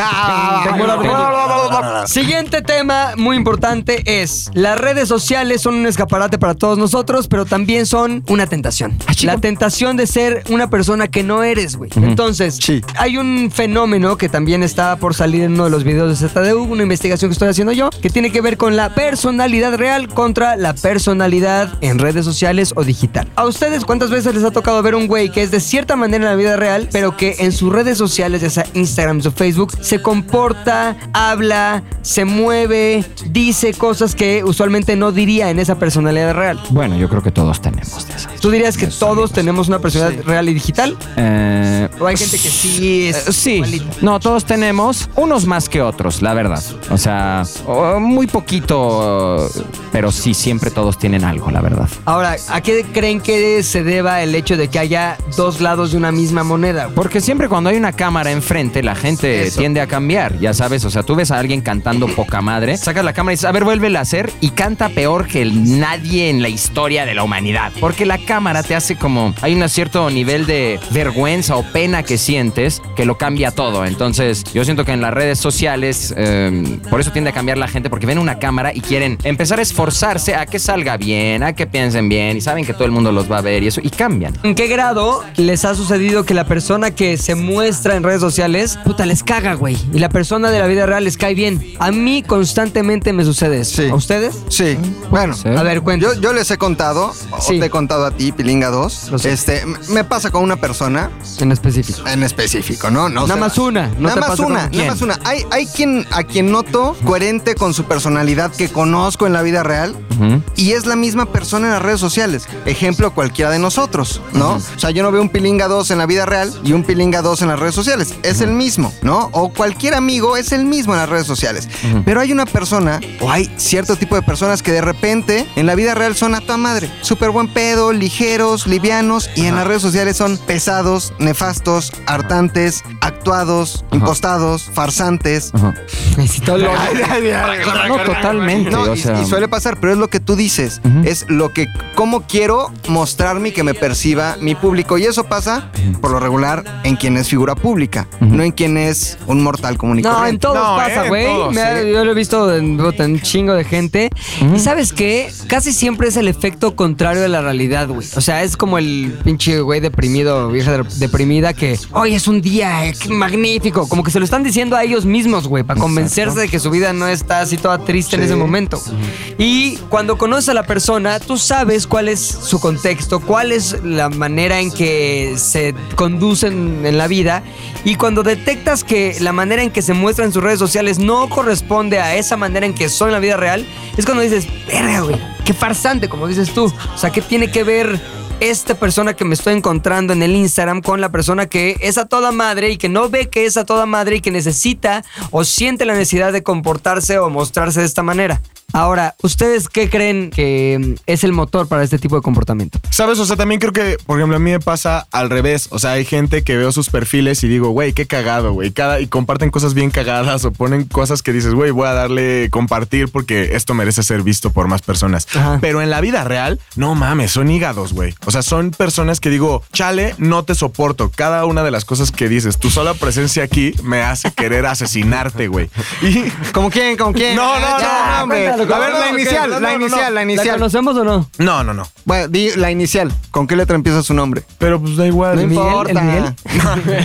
Ah, Siguiente tema muy importante es las redes sociales son un escaparate para todos nosotros, pero también son una tentación. Ah, la tentación de ser una persona que no eres, güey. Entonces, Sí. hay un fenómeno que también está por salir en uno de los videos de ZDU, una investigación que estoy haciendo yo, que tiene que ver con la personalidad real contra la personalidad en redes sociales o digital. ¿A ustedes cuántas veces les ha tocado ver un güey que es de cierta manera en la vida real, pero que en sus redes sociales, ya sea Instagram o Facebook, se comporta, habla, se mueve, dice cosas que usualmente no diría en esa personalidad real. Bueno, yo creo que todos tenemos de esas. ¿Tú dirías que Eso, todos amigos. tenemos una personalidad real y digital? Eh, ¿O hay gente que sí es Eh, Sí, igualita? no, todos tenemos, unos más que otros, la verdad. O sea, o- muy poquito, pero sí, siempre todos tienen algo, la verdad. Ahora, ¿a qué creen que se deba el hecho de que haya dos lados de una misma moneda? Porque siempre cuando hay una cámara enfrente, la gente Eso. tiende a cambiar, ya sabes. O sea, tú ves a alguien cantando poca madre, sacas la cámara y dices, a ver, vuelve a hacer, y canta peor que el- nadie en la historia de la humanidad. Porque la cámara te hace como, hay un cierto nivel de vergüenza o pena que sientes que lo cambia todo. Entonces, yo siento que en las redes sociales, eh, por eso tiende a cambiar la gente, porque ven una cámara y quieren empezar a esforzarse a que salga bien, a que piensen bien, y saben que todo el mundo los va a ver y eso, y cambian. ¿En qué grado les ha sucedido que la persona que se muestra en redes sociales, puta, les caga, güey? Y la persona de la vida real les cae bien. A mí constantemente me sucede eso. Sí. ¿A ustedes? Sí, bueno. ser. A ver, Yo, cuéntame. yo les he contado, o Sí. te he contado a ti, Pilinga 2. Lo sé. Este, m- me pasa con una persona en específico. en específico, ¿no? no Nada se más va. una, no te nada más pasa con una, quién. nada más una. Hay, hay quien a quien noto coherente con su personalidad que conozco en la vida real Ujú. y es la misma persona en las redes sociales. Ejemplo, cualquiera de nosotros, ¿no? O sea, yo no veo un Pilinga 2 en la vida real y un Pilinga 2 en las redes sociales. Es el mismo, ¿no? O cualquier amigo es el mismo en las redes sociales. Pero hay una persona, o hay cierto tipo de personas que de repente en la vida real son a toda madre. Súper buen pedo, ligeros, livianos, y en las redes sociales son pesados, nefastos, hartantes, actuados, impostados, farsantes. Ajá. Necesito lo- No, totalmente. No, o y, sea, y suele pasar, pero es lo que tú dices. Ujú. Es lo que, cómo quiero mostrarme y que me perciba mi público. Y eso pasa, por lo regular, en quien es figura pública, Ujú. no en quien es un mortal común y No, en corriente. todos No, eh, pasa, en güey. todos, Me ha- eh. Yo lo he visto en, puta, en un chingo de gente. Y sabes qué? Casi siempre es el efecto contrario de la realidad, güey. O sea, es como el pinche güey deprimido, vieja de- deprimida, que hoy es un día eh, qué magnífico. Como que se lo están diciendo a ellos mismos, güey, para convencerse de que su vida no está así toda triste en Sí. ese momento. Y cuando conoces a la persona, tú sabes cuál es su contexto, cuál es la manera en que se conducen en la vida. Y cuando detectas que la manera en que se muestra en sus redes sociales no corresponde a esa manera en que son en la vida real, es cuando dices, verga, güey, qué farsante, como dices tú. O sea, ¿qué tiene que ver esta persona que me estoy encontrando en el Instagram con la persona que es a toda madre y que no ve que es a toda madre y que necesita o siente la necesidad de comportarse o mostrarse de esta manera? Ahora, ¿ustedes qué creen que mm, es el motor para este tipo de comportamiento? ¿Sabes? O sea, también creo que, por ejemplo, a mí me pasa al revés. O sea, hay gente que veo sus perfiles y digo, güey, qué cagado, güey. Cada, y comparten cosas bien cagadas o ponen cosas que dices, güey, voy a darle compartir porque esto merece ser visto por más personas. Ajá. Pero en la vida real, no mames, son hígados, güey. O sea, son personas que digo, chale, no te soporto. Cada una de las cosas que dices, tu sola presencia aquí me hace querer asesinarte, güey. Y ¿Como quién? ¿Como quién? No, no, Ya, no, hombre. cuéntalo, A ver, la cuéntalo, inicial, ¿qué? la No, no, inicial, no. la ¿La inicial. conocemos o no? no, no, no. Bueno, di la inicial. ¿Con qué letra empieza su nombre? Pero pues da igual. No El Miguel, importa. Miguel?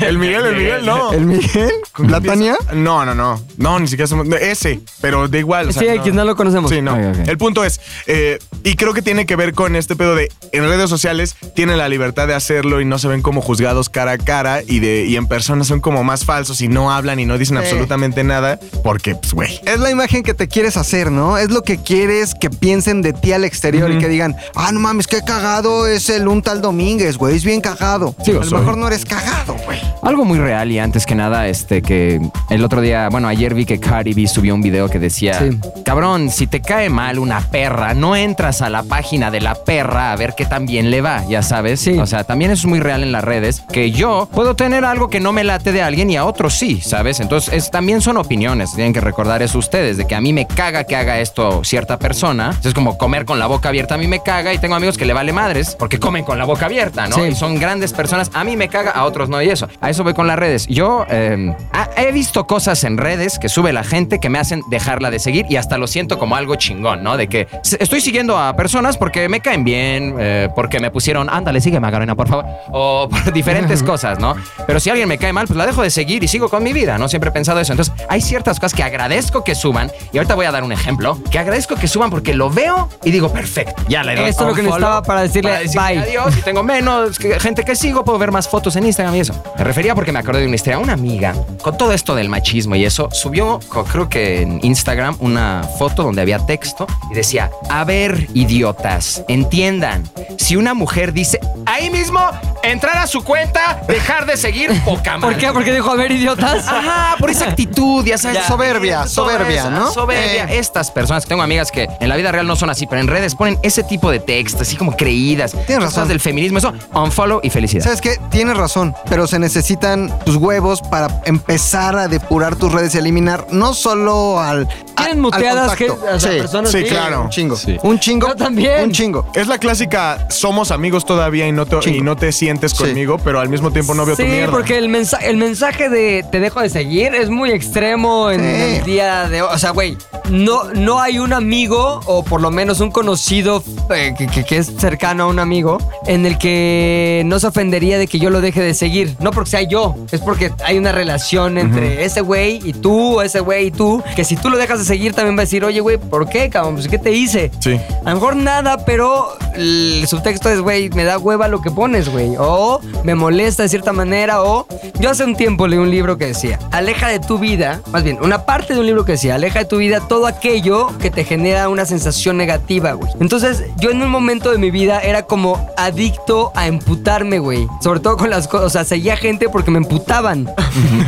el Miguel, el Miguel, no. ¿El Miguel? ¿La Tania? No, no, no. No, ni siquiera somos. no, Ese, pero da igual. o sea, Sí, hay quien no lo conocemos. Sí, no. Ok, ok. El punto es, eh, y creo que tiene que ver con este pedo de en redes sociales tienen la libertad de hacerlo y no se ven como juzgados cara a cara y, de, y en persona son como más falsos y no hablan y no dicen Sí. absolutamente nada porque, pues, güey. Es la imagen que te quieres hacer, ¿no? Es lo que quieres que piensen de ti al exterior y que digan, ah, no mames, qué cagado es el un tal Domínguez, güey, es bien cagado. Sí, lo a lo soy. mejor no eres cagado, güey. Algo muy real y antes que nada, este que el otro día, bueno, ayer vi que Cardi B subió un video que decía, Sí. cabrón, si te cae mal una perra, no entras a la página de la perra a ver qué tan bien le va, ya sabes. Sí. O sea, también eso es muy real en las redes, que yo puedo tener algo que no me late de alguien y a otro sí, ¿sabes? Entonces, es- también son opiniones, tienen que recordar eso ustedes, de que a mí me caga que haga esto cierta persona. Entonces, Es como comer con la boca abierta, a mí me caga y tengo amigos que le vale madres porque comen con la boca abierta, ¿no? Sí. Y son son grandes personas. A mí me caga, a otros no. Y eso. A eso voy con las redes. Yo eh, ha- he visto cosas en redes que sube la gente que me hacen dejarla de seguir y hasta lo siento como algo chingón, ¿no? De que se- estoy siguiendo a a personas porque me caen bien, eh, porque me pusieron, ándale, sígueme, Macarena, por favor, o por diferentes cosas, ¿no? Pero si alguien me cae mal, pues la dejo de seguir y sigo con mi vida, ¿no? Siempre he pensado eso. Entonces, hay ciertas cosas que agradezco que suban, y ahorita voy a dar un ejemplo, que agradezco que suban porque lo veo y digo, perfecto, ya le doy Esto es lo que unfollow necesitaba para decirle bye. adiós y tengo menos que- gente que sigo, puedo ver más fotos en Instagram y eso. Me refería porque me acordé de una historia. Una amiga, con todo esto del machismo y eso, subió, co- creo que en Instagram, una foto donde había texto y decía: A ver, idiotas, entiendan, si una mujer dice ahí mismo, entrar a su cuenta, dejar de seguir, poca ¿Por madre". qué? Porque dijo, a ver, idiotas. Ajá, por esa actitud, ya sabes. Ya. Soberbia, Todo soberbia, eso, ¿no? Soberbia. Eh. Estas personas, que tengo amigas que en la vida real no son así, pero en redes ponen ese tipo de textos, así como creídas. Tienes cosas razón. del feminismo, eso, unfollow y felicidad. ¿Sabes qué? Tienes razón, pero se necesitan tus huevos para empezar a depurar tus redes y eliminar no solo al. a- al Tienen muteadas que, contacto. o sea, Sí, personas sí, que- claro. Un chingo. Sí. Un chingo. Yo también. Un chingo. Es la clásica, somos amigos todavía y no te, Chingo. y no te sientes Sí. conmigo, pero al mismo tiempo no veo tu sí, mierda. porque el, mensa- el mensaje de te dejo de seguir es muy extremo en Sí. el día de hoy. O sea, güey, no, no hay un amigo o por lo menos un conocido eh, que, que- que es cercano a un amigo en el que no se ofendería de que yo lo deje de seguir. No porque sea yo, es porque hay una relación entre ese güey y tú, ese güey y tú, que si tú lo dejas de seguir también va a decir, oye, güey, ¿por qué, cabrón? Pues, ¿qué te hice? Sí. A lo mejor nada, pero el subtexto es, güey, me da hueva lo que pones, güey. O me molesta de cierta manera, o yo hace un tiempo leí un libro que decía, aleja de tu vida, más bien, una parte de un libro que decía, aleja de tu vida todo aquello que te genera una sensación negativa, güey. Entonces, yo en un momento de mi vida era como adicto a emputarme, güey. Sobre todo con las cosas, o sea, seguía gente porque me emputaban.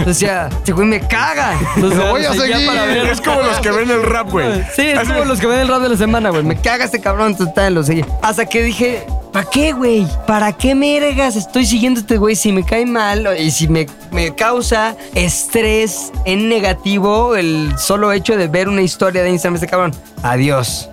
Decía, este güey me caga. Entonces, Lo voy a seguía seguir. para ver- Es como los que ven el rap, güey. Sí, es como los que ven el rap de la semana, güey. Me caga este cabrón, entonces, tal, lo seguí. Hasta que dije, ¿para qué, güey? ¿Para qué mergas estoy siguiendo este güey si me cae mal y si me, me causa estrés en negativo el solo hecho de ver una historia de Instagram de este cabrón? Adiós.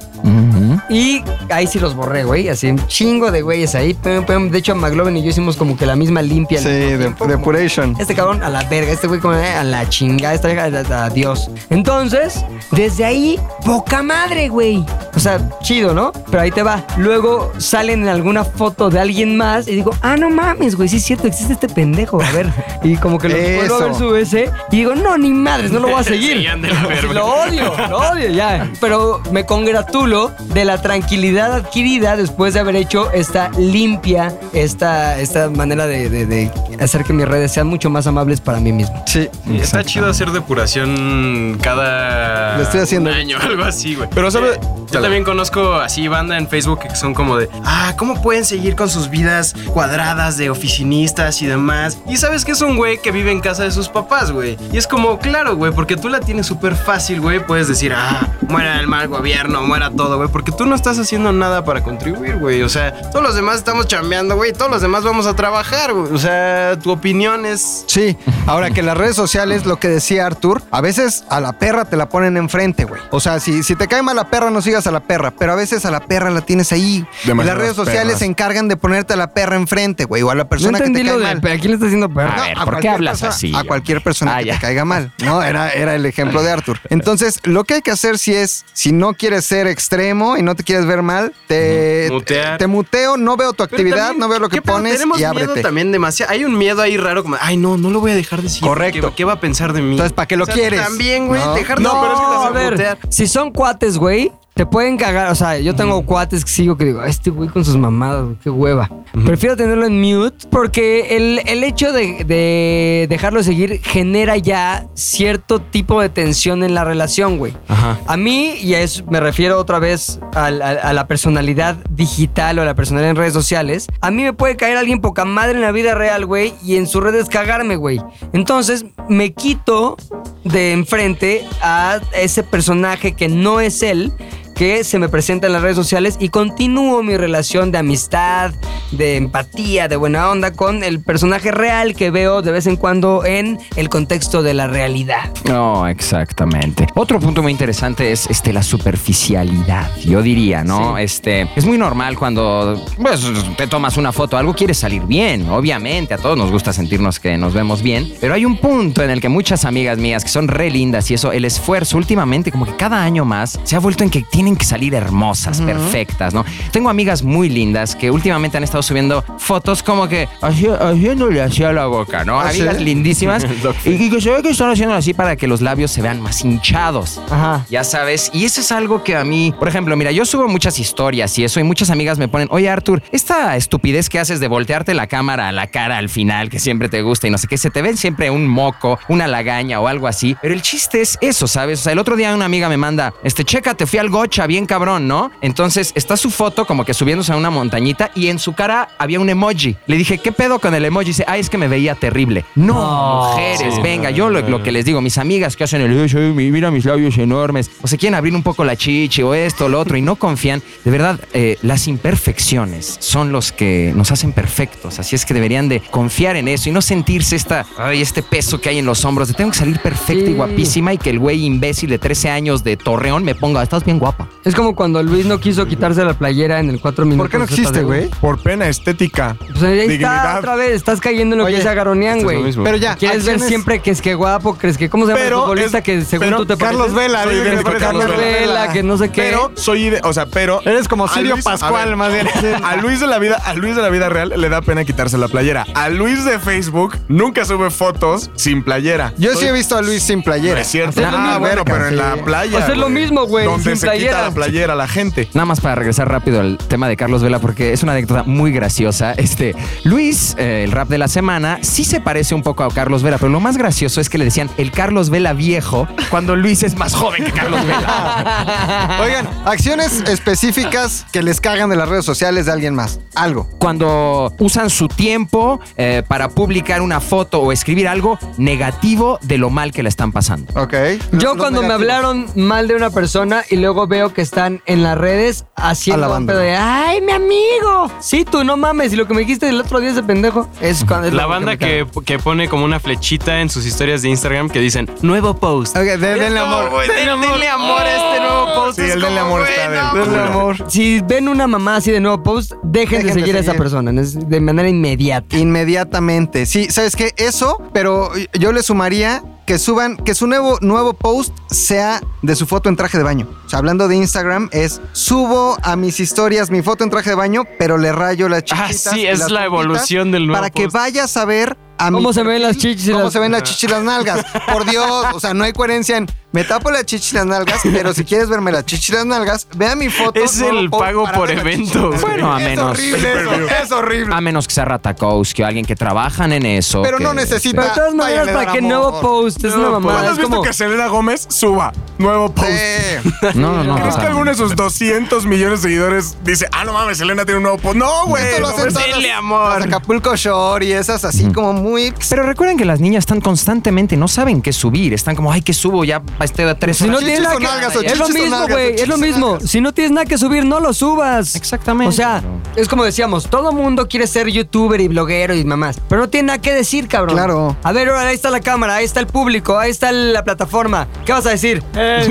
Y ahí sí los borré, güey. Así un chingo de güeyes ahí. Pum, pum. De hecho, McLovin y yo hicimos como que la misma limpia. al Sí, mismo de- tiempo, como- depuration. este cabrón a la verga, este güey como eh, a la chingada, esta vieja a- a- adiós. Entonces, desde ahí, poca madre, güey. O sea, chido, ¿no? Pero ahí te va. Luego salen en alguna foto de alguien más y digo, ah, no mames, güey, sí es cierto, existe este pendejo. A ver. Y como que lo vuelvo a ver Eso. su ese y digo, no, ni madres, no lo voy a seguir. Sí, ándale, a ver, Sí, güey. lo odio, lo odio ya. Pero me congratulo de la tranquilidad adquirida después de haber hecho esta limpia, esta, esta manera de, de- de hacer que mis redes sean mucho más amables para mí mismo. Sí. Está chido hacer depuración cada Lo estoy haciendo. un año, algo así, güey. Pero, ¿sabe? Eh, Yo también conozco así banda en Facebook que son como de, ah, ¿cómo pueden seguir con sus vidas cuadradas de oficinistas y demás? Y sabes que es un güey que vive en casa de sus papás, güey. Y es como, claro, güey, porque tú la tienes súper fácil, güey. Puedes decir, ah, muera el mal gobierno, muera todo, güey. Porque tú no estás haciendo nada para contribuir, güey. O sea, todos los demás estamos chambeando, güey. Todos los demás vamos a trabajar, güey. O sea, tu opinión es... Sí, ahora que las redes sociales, lo que decía Arthur, a veces a la perra te la ponen enfrente, güey. O sea, si, si te cae mal la perra, no sigas a la perra, pero a veces a la perra la tienes ahí. Y las Demasiadas redes sociales perras. se encargan de ponerte a la perra enfrente, güey, o a la persona que te cae mal. Ah, ¿a quién le está diciendo perro? A No, ver, ¿por qué cualquier hablas persona- así? A cualquier persona Ah, que ya. te caiga mal. No, era, era el ejemplo de Arthur. Entonces, lo que hay que hacer si es, si no quieres ser extremo y no te quieres ver mal, te, Ujú. Mutear. te muteo, no veo tu Pero actividad, también, no veo lo que ¿qué pedo? pones Tenemos y miedo ábrete. también demasiado. Hay un miedo ahí raro como, ay, no, no lo voy a dejar decir. Correcto. ¿Qué, qué va a pensar de mí? Entonces, ¿para qué lo O sea, quieres? También, güey, No. dejar No, de pero es que te a hacen ver, mutear. si son cuates, güey, te pueden cagar. O sea, yo tengo cuates que sigo que digo, "Ay, este güey con sus mamadas, güey, qué hueva. Prefiero tenerlo en mute porque el, el hecho de, de dejarlo seguir genera ya cierto tipo de tensión en la relación, güey. Ajá. A mí, y a eso me refiero otra vez al- al- a, la personalidad digital o a la personalidad en redes sociales, a mí me puede caer alguien poca madre en la vida real, güey, y en sus redes cagarme, güey. Entonces, me quito de enfrente a ese personaje que no es él, que se me presenta en las redes sociales y continúo mi relación de amistad, de empatía, de buena onda con el personaje real que veo de vez en cuando en el contexto de la realidad. No, exactamente. Otro punto muy interesante es este, la superficialidad, yo diría, ¿no? Sí. Este, es muy normal cuando pues, te tomas una foto, algo quiere salir bien, obviamente, a todos nos gusta sentirnos que nos vemos bien, pero hay un punto en el que muchas amigas mías que son re lindas y eso, el esfuerzo últimamente, como que cada año más, se ha vuelto en que tienen tienen que salir hermosas, perfectas, ¿no? Tengo amigas muy lindas que últimamente han estado subiendo fotos como que así- haciéndole así a la boca, ¿no? ¿Ah, sí? amigas lindísimas y, y que se ve que están haciendo así para que los labios se vean más hinchados. Ajá. Ya sabes, y eso es algo que a mí, por ejemplo, mira, yo subo muchas historias y eso, y muchas amigas me ponen, oye Arthur, esta estupidez que haces de voltearte la cámara a la cara al final, que siempre te gusta y no sé qué, se te ven siempre un moco, una lagaña o algo así, pero el chiste es eso, ¿sabes? O sea, el otro día una amiga me manda, este, checa, te fui al gocha, bien cabrón, ¿no? Entonces está su foto como que subiéndose a una montañita y en su cara había un emoji. Le dije, ¿qué pedo con el emoji? Dice, ay, es que me veía terrible. No, mujeres, Sí, venga, no, yo no, lo, no, lo no. que les digo, mis amigas que hacen el, "Ay, ay, mi- mira mis labios enormes, o se quieren abrir un poco la chichi o esto, lo otro, y no confían. De verdad, eh, las imperfecciones son los que nos hacen perfectos, así es que deberían de confiar en eso y no sentirse esta, ay, este peso que hay en los hombros de tengo que salir perfecta y Sí. guapísima y que el güey imbécil de 13 años de Torreón me ponga, estás bien guapa. Es como cuando Luis no quiso quitarse la playera en el 4 minutos. ¿Por qué no existe, ZDU. güey? Por pena estética. Pues ahí está Dignidad. otra vez, estás cayendo en lo Oye, que es agaronean, esto este es lo güey. mismo. Pero ya. Quieres ver acciones- siempre que es que guapo, crees que cómo se llama el Pero futbolista es- que según pero tú te Carlos pareces? Vela, Soy dime que idéntico a te parece Carlos Carlos Vela, Vela. que no sé qué. Pero soy ide- o sea, pero Eres como a Sirio a Pascual, más bien. A Luis de la vida, a Luis de la vida real le da pena quitarse la playera. A Luis de Facebook nunca sube fotos sin playera. Yo sí he visto a Luis sin playera. No es cierto. Haciendo Ah, una bueno, verga, pero en sí. la playa. O sea, es lo mismo, güey, Donde sin se playera. quita la playera a la gente. Nada más para regresar rápido al tema de Carlos Vela, porque es una anécdota muy graciosa. Este, Luis, eh, el rap de la semana, sí se parece un poco a Carlos Vela, pero lo más gracioso es que le decían el Carlos Vela viejo cuando Luis es más joven que Carlos Vela. Oigan, acciones específicas que les cagan de las redes sociales de alguien más. Algo. Cuando usan su tiempo eh, para publicar una foto o escribir algo negativo de lo mal que la están pasando. Ok. Yo Los cuando me negativos. hablaron mal de una persona y luego veo que están en las redes haciendo un Alabando. pedo de ¡Ay, mi amigo! Sí, tú no mames. Y lo que me dijiste el otro día ese pendejo es cuando... es La lo banda me que, que pone como una flechita en sus historias de Instagram que dicen nuevo post. Ok, de- denle amor. denle amor. a este nuevo post. Sí, el denle amor está del Denle culo. amor. caga. Si ven una mamá así de nuevo post, dejen, Dejen de de seguir a esa seguir. persona es de manera inmediata. Inmediatamente. Sí, ¿sabes qué? Eso, pero yo le sumaría que suban, que su nuevo, nuevo post sea de su foto en traje de baño. O sea, hablando de Instagram, es subo a mis historias mi foto en traje de baño, pero le rayo las Ah, chichitas. sí, y es las la pompitas evolución del nuevo Para que post. vayas a ver a mi ¿Cómo se ven las chichis y ¿Cómo las- se ven las chichis y las nalgas? Por Dios, o sea, no hay coherencia en me tapo las chichis y las nalgas, pero si quieres verme las chichis y las nalgas, vea mi foto. Es nuevo el post pago para por ver las chichis y evento, las güey. Bueno, a nalgas. menos. Es horrible, eso, es horrible. A menos que sea Ratakowski o alguien que trabajan en eso. Pero que- este, no necesita- Pero de todas Vayan maneras, a para dar que amor. nuevo post es una Nuevo ¿Cuándo mamada. has Es visto como... que Selena Gómez suba nuevo post? Sí. No, no, no. o ¿Crees sea, que alguno de sus 200 millones de seguidores dice, ah, no mames, Selena tiene un nuevo post? No, güey. Esto lo no hacen mames, todas las- denle las amor. Acapulco Shore y esas así como muy. Pero recuerden que las niñas están constantemente, no saben qué subir. Están como, ay, ¿qué subo? Ya este de tres Si no horas". tienes Chichis nada o que... nalgas, o es lo chichis o mismo, nalgas, o güey. Es lo chichis o mismo. nalgas. Si no tienes nada que subir, no lo subas. Exactamente. O sea, es como decíamos, todo mundo quiere ser youtuber y bloguero y mamás, pero no tiene nada que decir, cabrón. Claro. A ver, ahora ahí está la cámara, ahí está el público, ahí está la plataforma. ¿Qué vas a decir? Eh,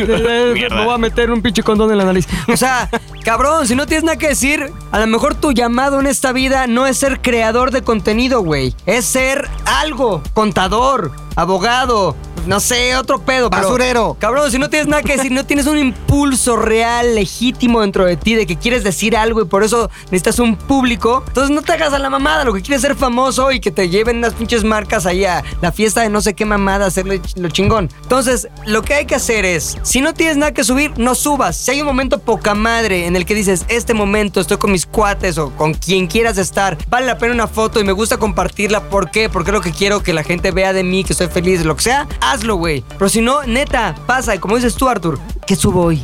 eh, me voy a meter un pinche condón en la nariz. O sea, cabrón, si no tienes nada que decir, a lo mejor tu llamado en esta vida no es ser creador de contenido, güey. Es ser algo, contador, abogado, no sé, otro pedo. pero- Basurero. Cabrón, si no tienes nada que decir, no tienes un impulso real, legítimo dentro de ti, de que quieres decir algo y por eso necesitas un público, entonces no te hagas a la mamada, lo que quieres es ser famoso y que te lleven unas pinches marcas ahí a la fiesta de no sé qué mamada, hacerle ch- lo chingón. Entonces, lo que hay que hacer es, si no tienes nada que subir, no subas. Si hay un momento poca madre en el que dices, este momento estoy con mis cuates o con quien quieras estar, vale la pena una foto y me gusta compartirla, ¿por qué? Porque es lo que quiero que la gente vea de mí, que estoy feliz, lo que sea, hazlo, güey. Pero si no, neta, pasa, y como dices tú, Arthur, ¿qué subo hoy?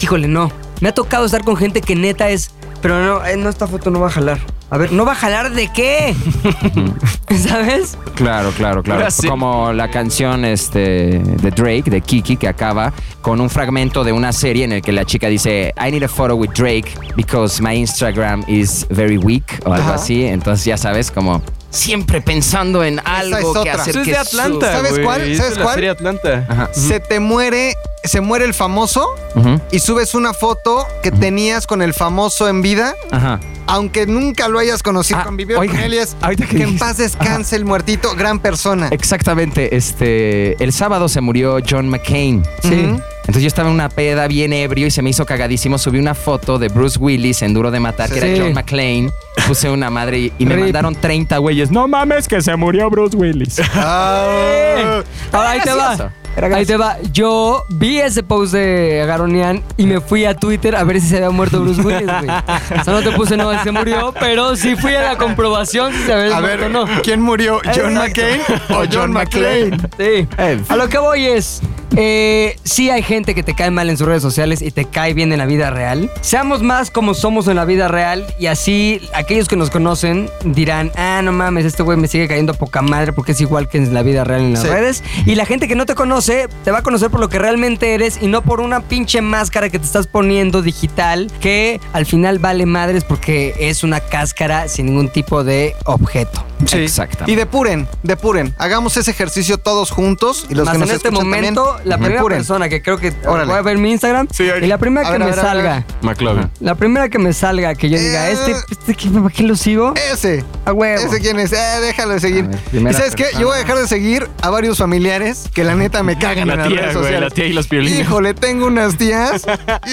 Híjole, no. Me ha tocado estar con gente que neta es, pero no, eh, no, esta foto no va a jalar. A ver, ¿no va a jalar de qué? ¿Sabes? Claro, claro, claro. Ahora sí. Como la canción este, de Drake, de Kiki, que acaba con un fragmento de una serie en el que la chica dice, I need a photo with Drake because my Instagram is very weak o algo Ajá. así. Entonces ya sabes, como siempre pensando en algo es que otra. hacer Eso es que de su- Atlanta. ¿Sabes güey. cuál? Eso es ¿Sabes la cuál? serie Atlanta. Ajá. Se te muere, se muere el famoso Ujú. y subes una foto que tenías con el famoso en vida, Ajá. aunque nunca lo hayas conocido, Ah, convivido oiga, con él y es ahorita que que en dijiste- paz descanse el muertito, gran persona. Exactamente, este, el sábado se murió John McCain. Sí. Entonces yo estaba en una peda bien ebrio y se me hizo cagadísimo. Subí una foto de Bruce Willis en Duro de Matar, que Sí. era John McClane. Puse una madre y, y me Rip. mandaron 30 güeyes. No mames que se murió Bruce Willis. Ah, Ahora ahí te gracioso. va. Ahí te va. Yo vi ese post de Garonian y me fui a Twitter a ver si se había muerto Bruce Willis, güey. O sea, no te puse no, se murió, pero sí fui a la comprobación si se había a muerto ver, o no. ¿quién murió? ¿John McCain o John McClane? Sí. En fin. A lo que voy es. eh, sí hay gente que te cae mal en sus redes sociales y te cae bien en la vida real. Seamos más como somos en la vida real y así aquellos que nos conocen dirán, ah, no mames, este güey me sigue cayendo poca madre porque es igual que en la vida real en las Sí. redes. Y la gente que no te conoce te va a conocer por lo que realmente eres y no por una pinche máscara que te estás poniendo digital que al final vale madres porque es una cáscara sin ningún tipo de objeto. Sí. Exactamente. Y depuren, depuren. Hagamos ese ejercicio todos juntos y los Más que nos en este escuchan también, momento, la primera depuren. persona que creo que Órale. voy a ver mi Instagram Sí, ahí. y la primera A que ver, a me ver, a ver. salga, McLovin. la primera que me salga que yo diga, Eh. este, este ¿qué- ¿para qué lo sigo? Ese. A huevo. ¿Ese quién es? Eh, déjalo de A seguir. ver, ¿Y primera sabes qué? persona. Yo voy a dejar de seguir a varios familiares que la neta me cagan en La las tía, redes güey, sociales. la tía y los piolines. Híjole, tengo unas tías.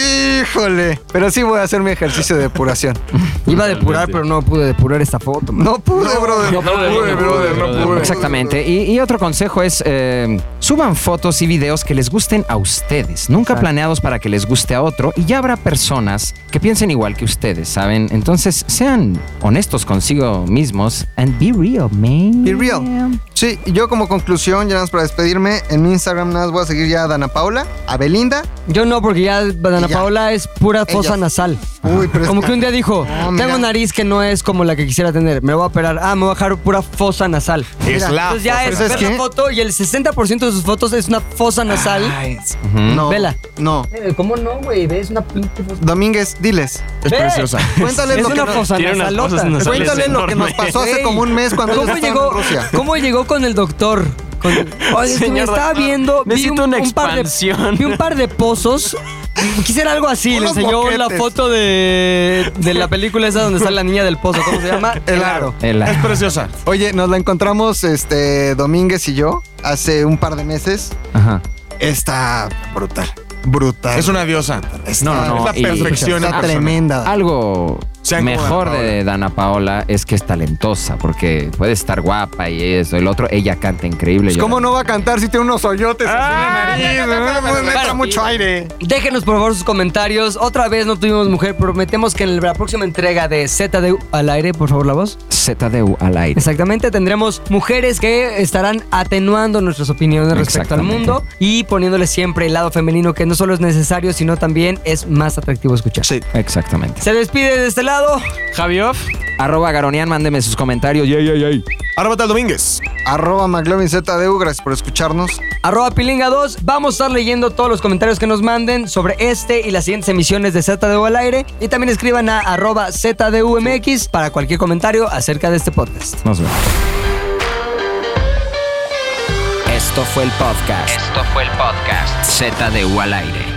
Híjole. Pero sí voy a hacer mi ejercicio de depuración. Iba a depurar, Totalmente. pero no pude depurar esta foto. man. No pude, brother. no pude, brother, no pude. Exactamente. Y, y otro consejo es, eh, suban fotos y videos que les gusten a ustedes, nunca planeados para que les guste a otro, y ya habrá personas que piensen igual que ustedes, ¿saben? Entonces, sean honestos consigo mismos and be real, man. Be real. Sí, y yo como conclusión, ya nada más para despedirme, en mi Instagram nada más voy a seguir ya a Dana Paula, a Belinda. Yo no, porque ya Dana Y ya. Paola es pura fosa Ellas. nasal. Uy, pero es- Como que un día dijo, Ah, mira. tengo nariz que no es como la que quisiera tener, me voy a operar, ah, me voy a dejar pura fosa nasal. Es la. Entonces ya es, Ah, ¿sabes ver la qué? foto y el 60% de sus fotos es una fosa nasal. No. Vela. No. Eh, ¿Cómo no, güey? Es una pinche fosa. Domínguez, diles. Es Ve. preciosa. Cuéntales Es lo que una nos- fosa Tiene unas nasalota. fosas nasales Cuéntale lo que nos enormes. pasó hace Ey, como un mes cuando ¿Cómo yo estaba llegó, en Rusia. ¿Cómo llegó con el doctor? Con, Oye, es que me Señor estaba doctor, viendo. vi necesito un, una un par de, expansión. vi un par de pozos. Quisiera algo así. Le Unos enseñó la boquetes. foto de, de la película esa donde sale la niña del pozo. ¿Cómo se llama? El aro. El- Es preciosa. Oye, nos la encontramos este Domínguez y yo hace un par de meses. Ajá. Está brutal. Brutal. Es una diosa. Está- No, no, no. Es y- la perfección. en Está persona. tremenda. Algo Sean como mejor Dana de Dana Paola es que es talentosa, porque puede estar guapa y eso, el otro, ella canta increíble. Pues, yo- ¿Cómo no va a cantar si tiene unos hoyotes Ah. así en la nariz? ¿no? Le entra Claro. mucho aire. Déjenos por favor sus comentarios. Otra vez no tuvimos mujer. Prometemos que en la próxima entrega de ZDU al aire, por favor, la voz. ZDU al aire. Exactamente, tendremos mujeres que estarán atenuando nuestras opiniones respecto al Exactamente. mundo y poniéndole siempre el lado femenino que no solo es necesario, sino también es más atractivo escuchar. Sí. Exactamente. Se despide de este lado. Javi Off. Arroba Garonian, mándeme sus comentarios. Yay, yay, yay. Arroba tal Domínguez. Arroba McLovinZDU, gracias por escucharnos. Arroba Pilinga 2. Vamos a estar leyendo todos los comentarios que nos manden sobre este y las siguientes emisiones de ZDU al aire. Y también escriban a arroba ZDUMX para cualquier comentario acerca de este podcast. Nos vemos. Esto fue el podcast ZDU al aire.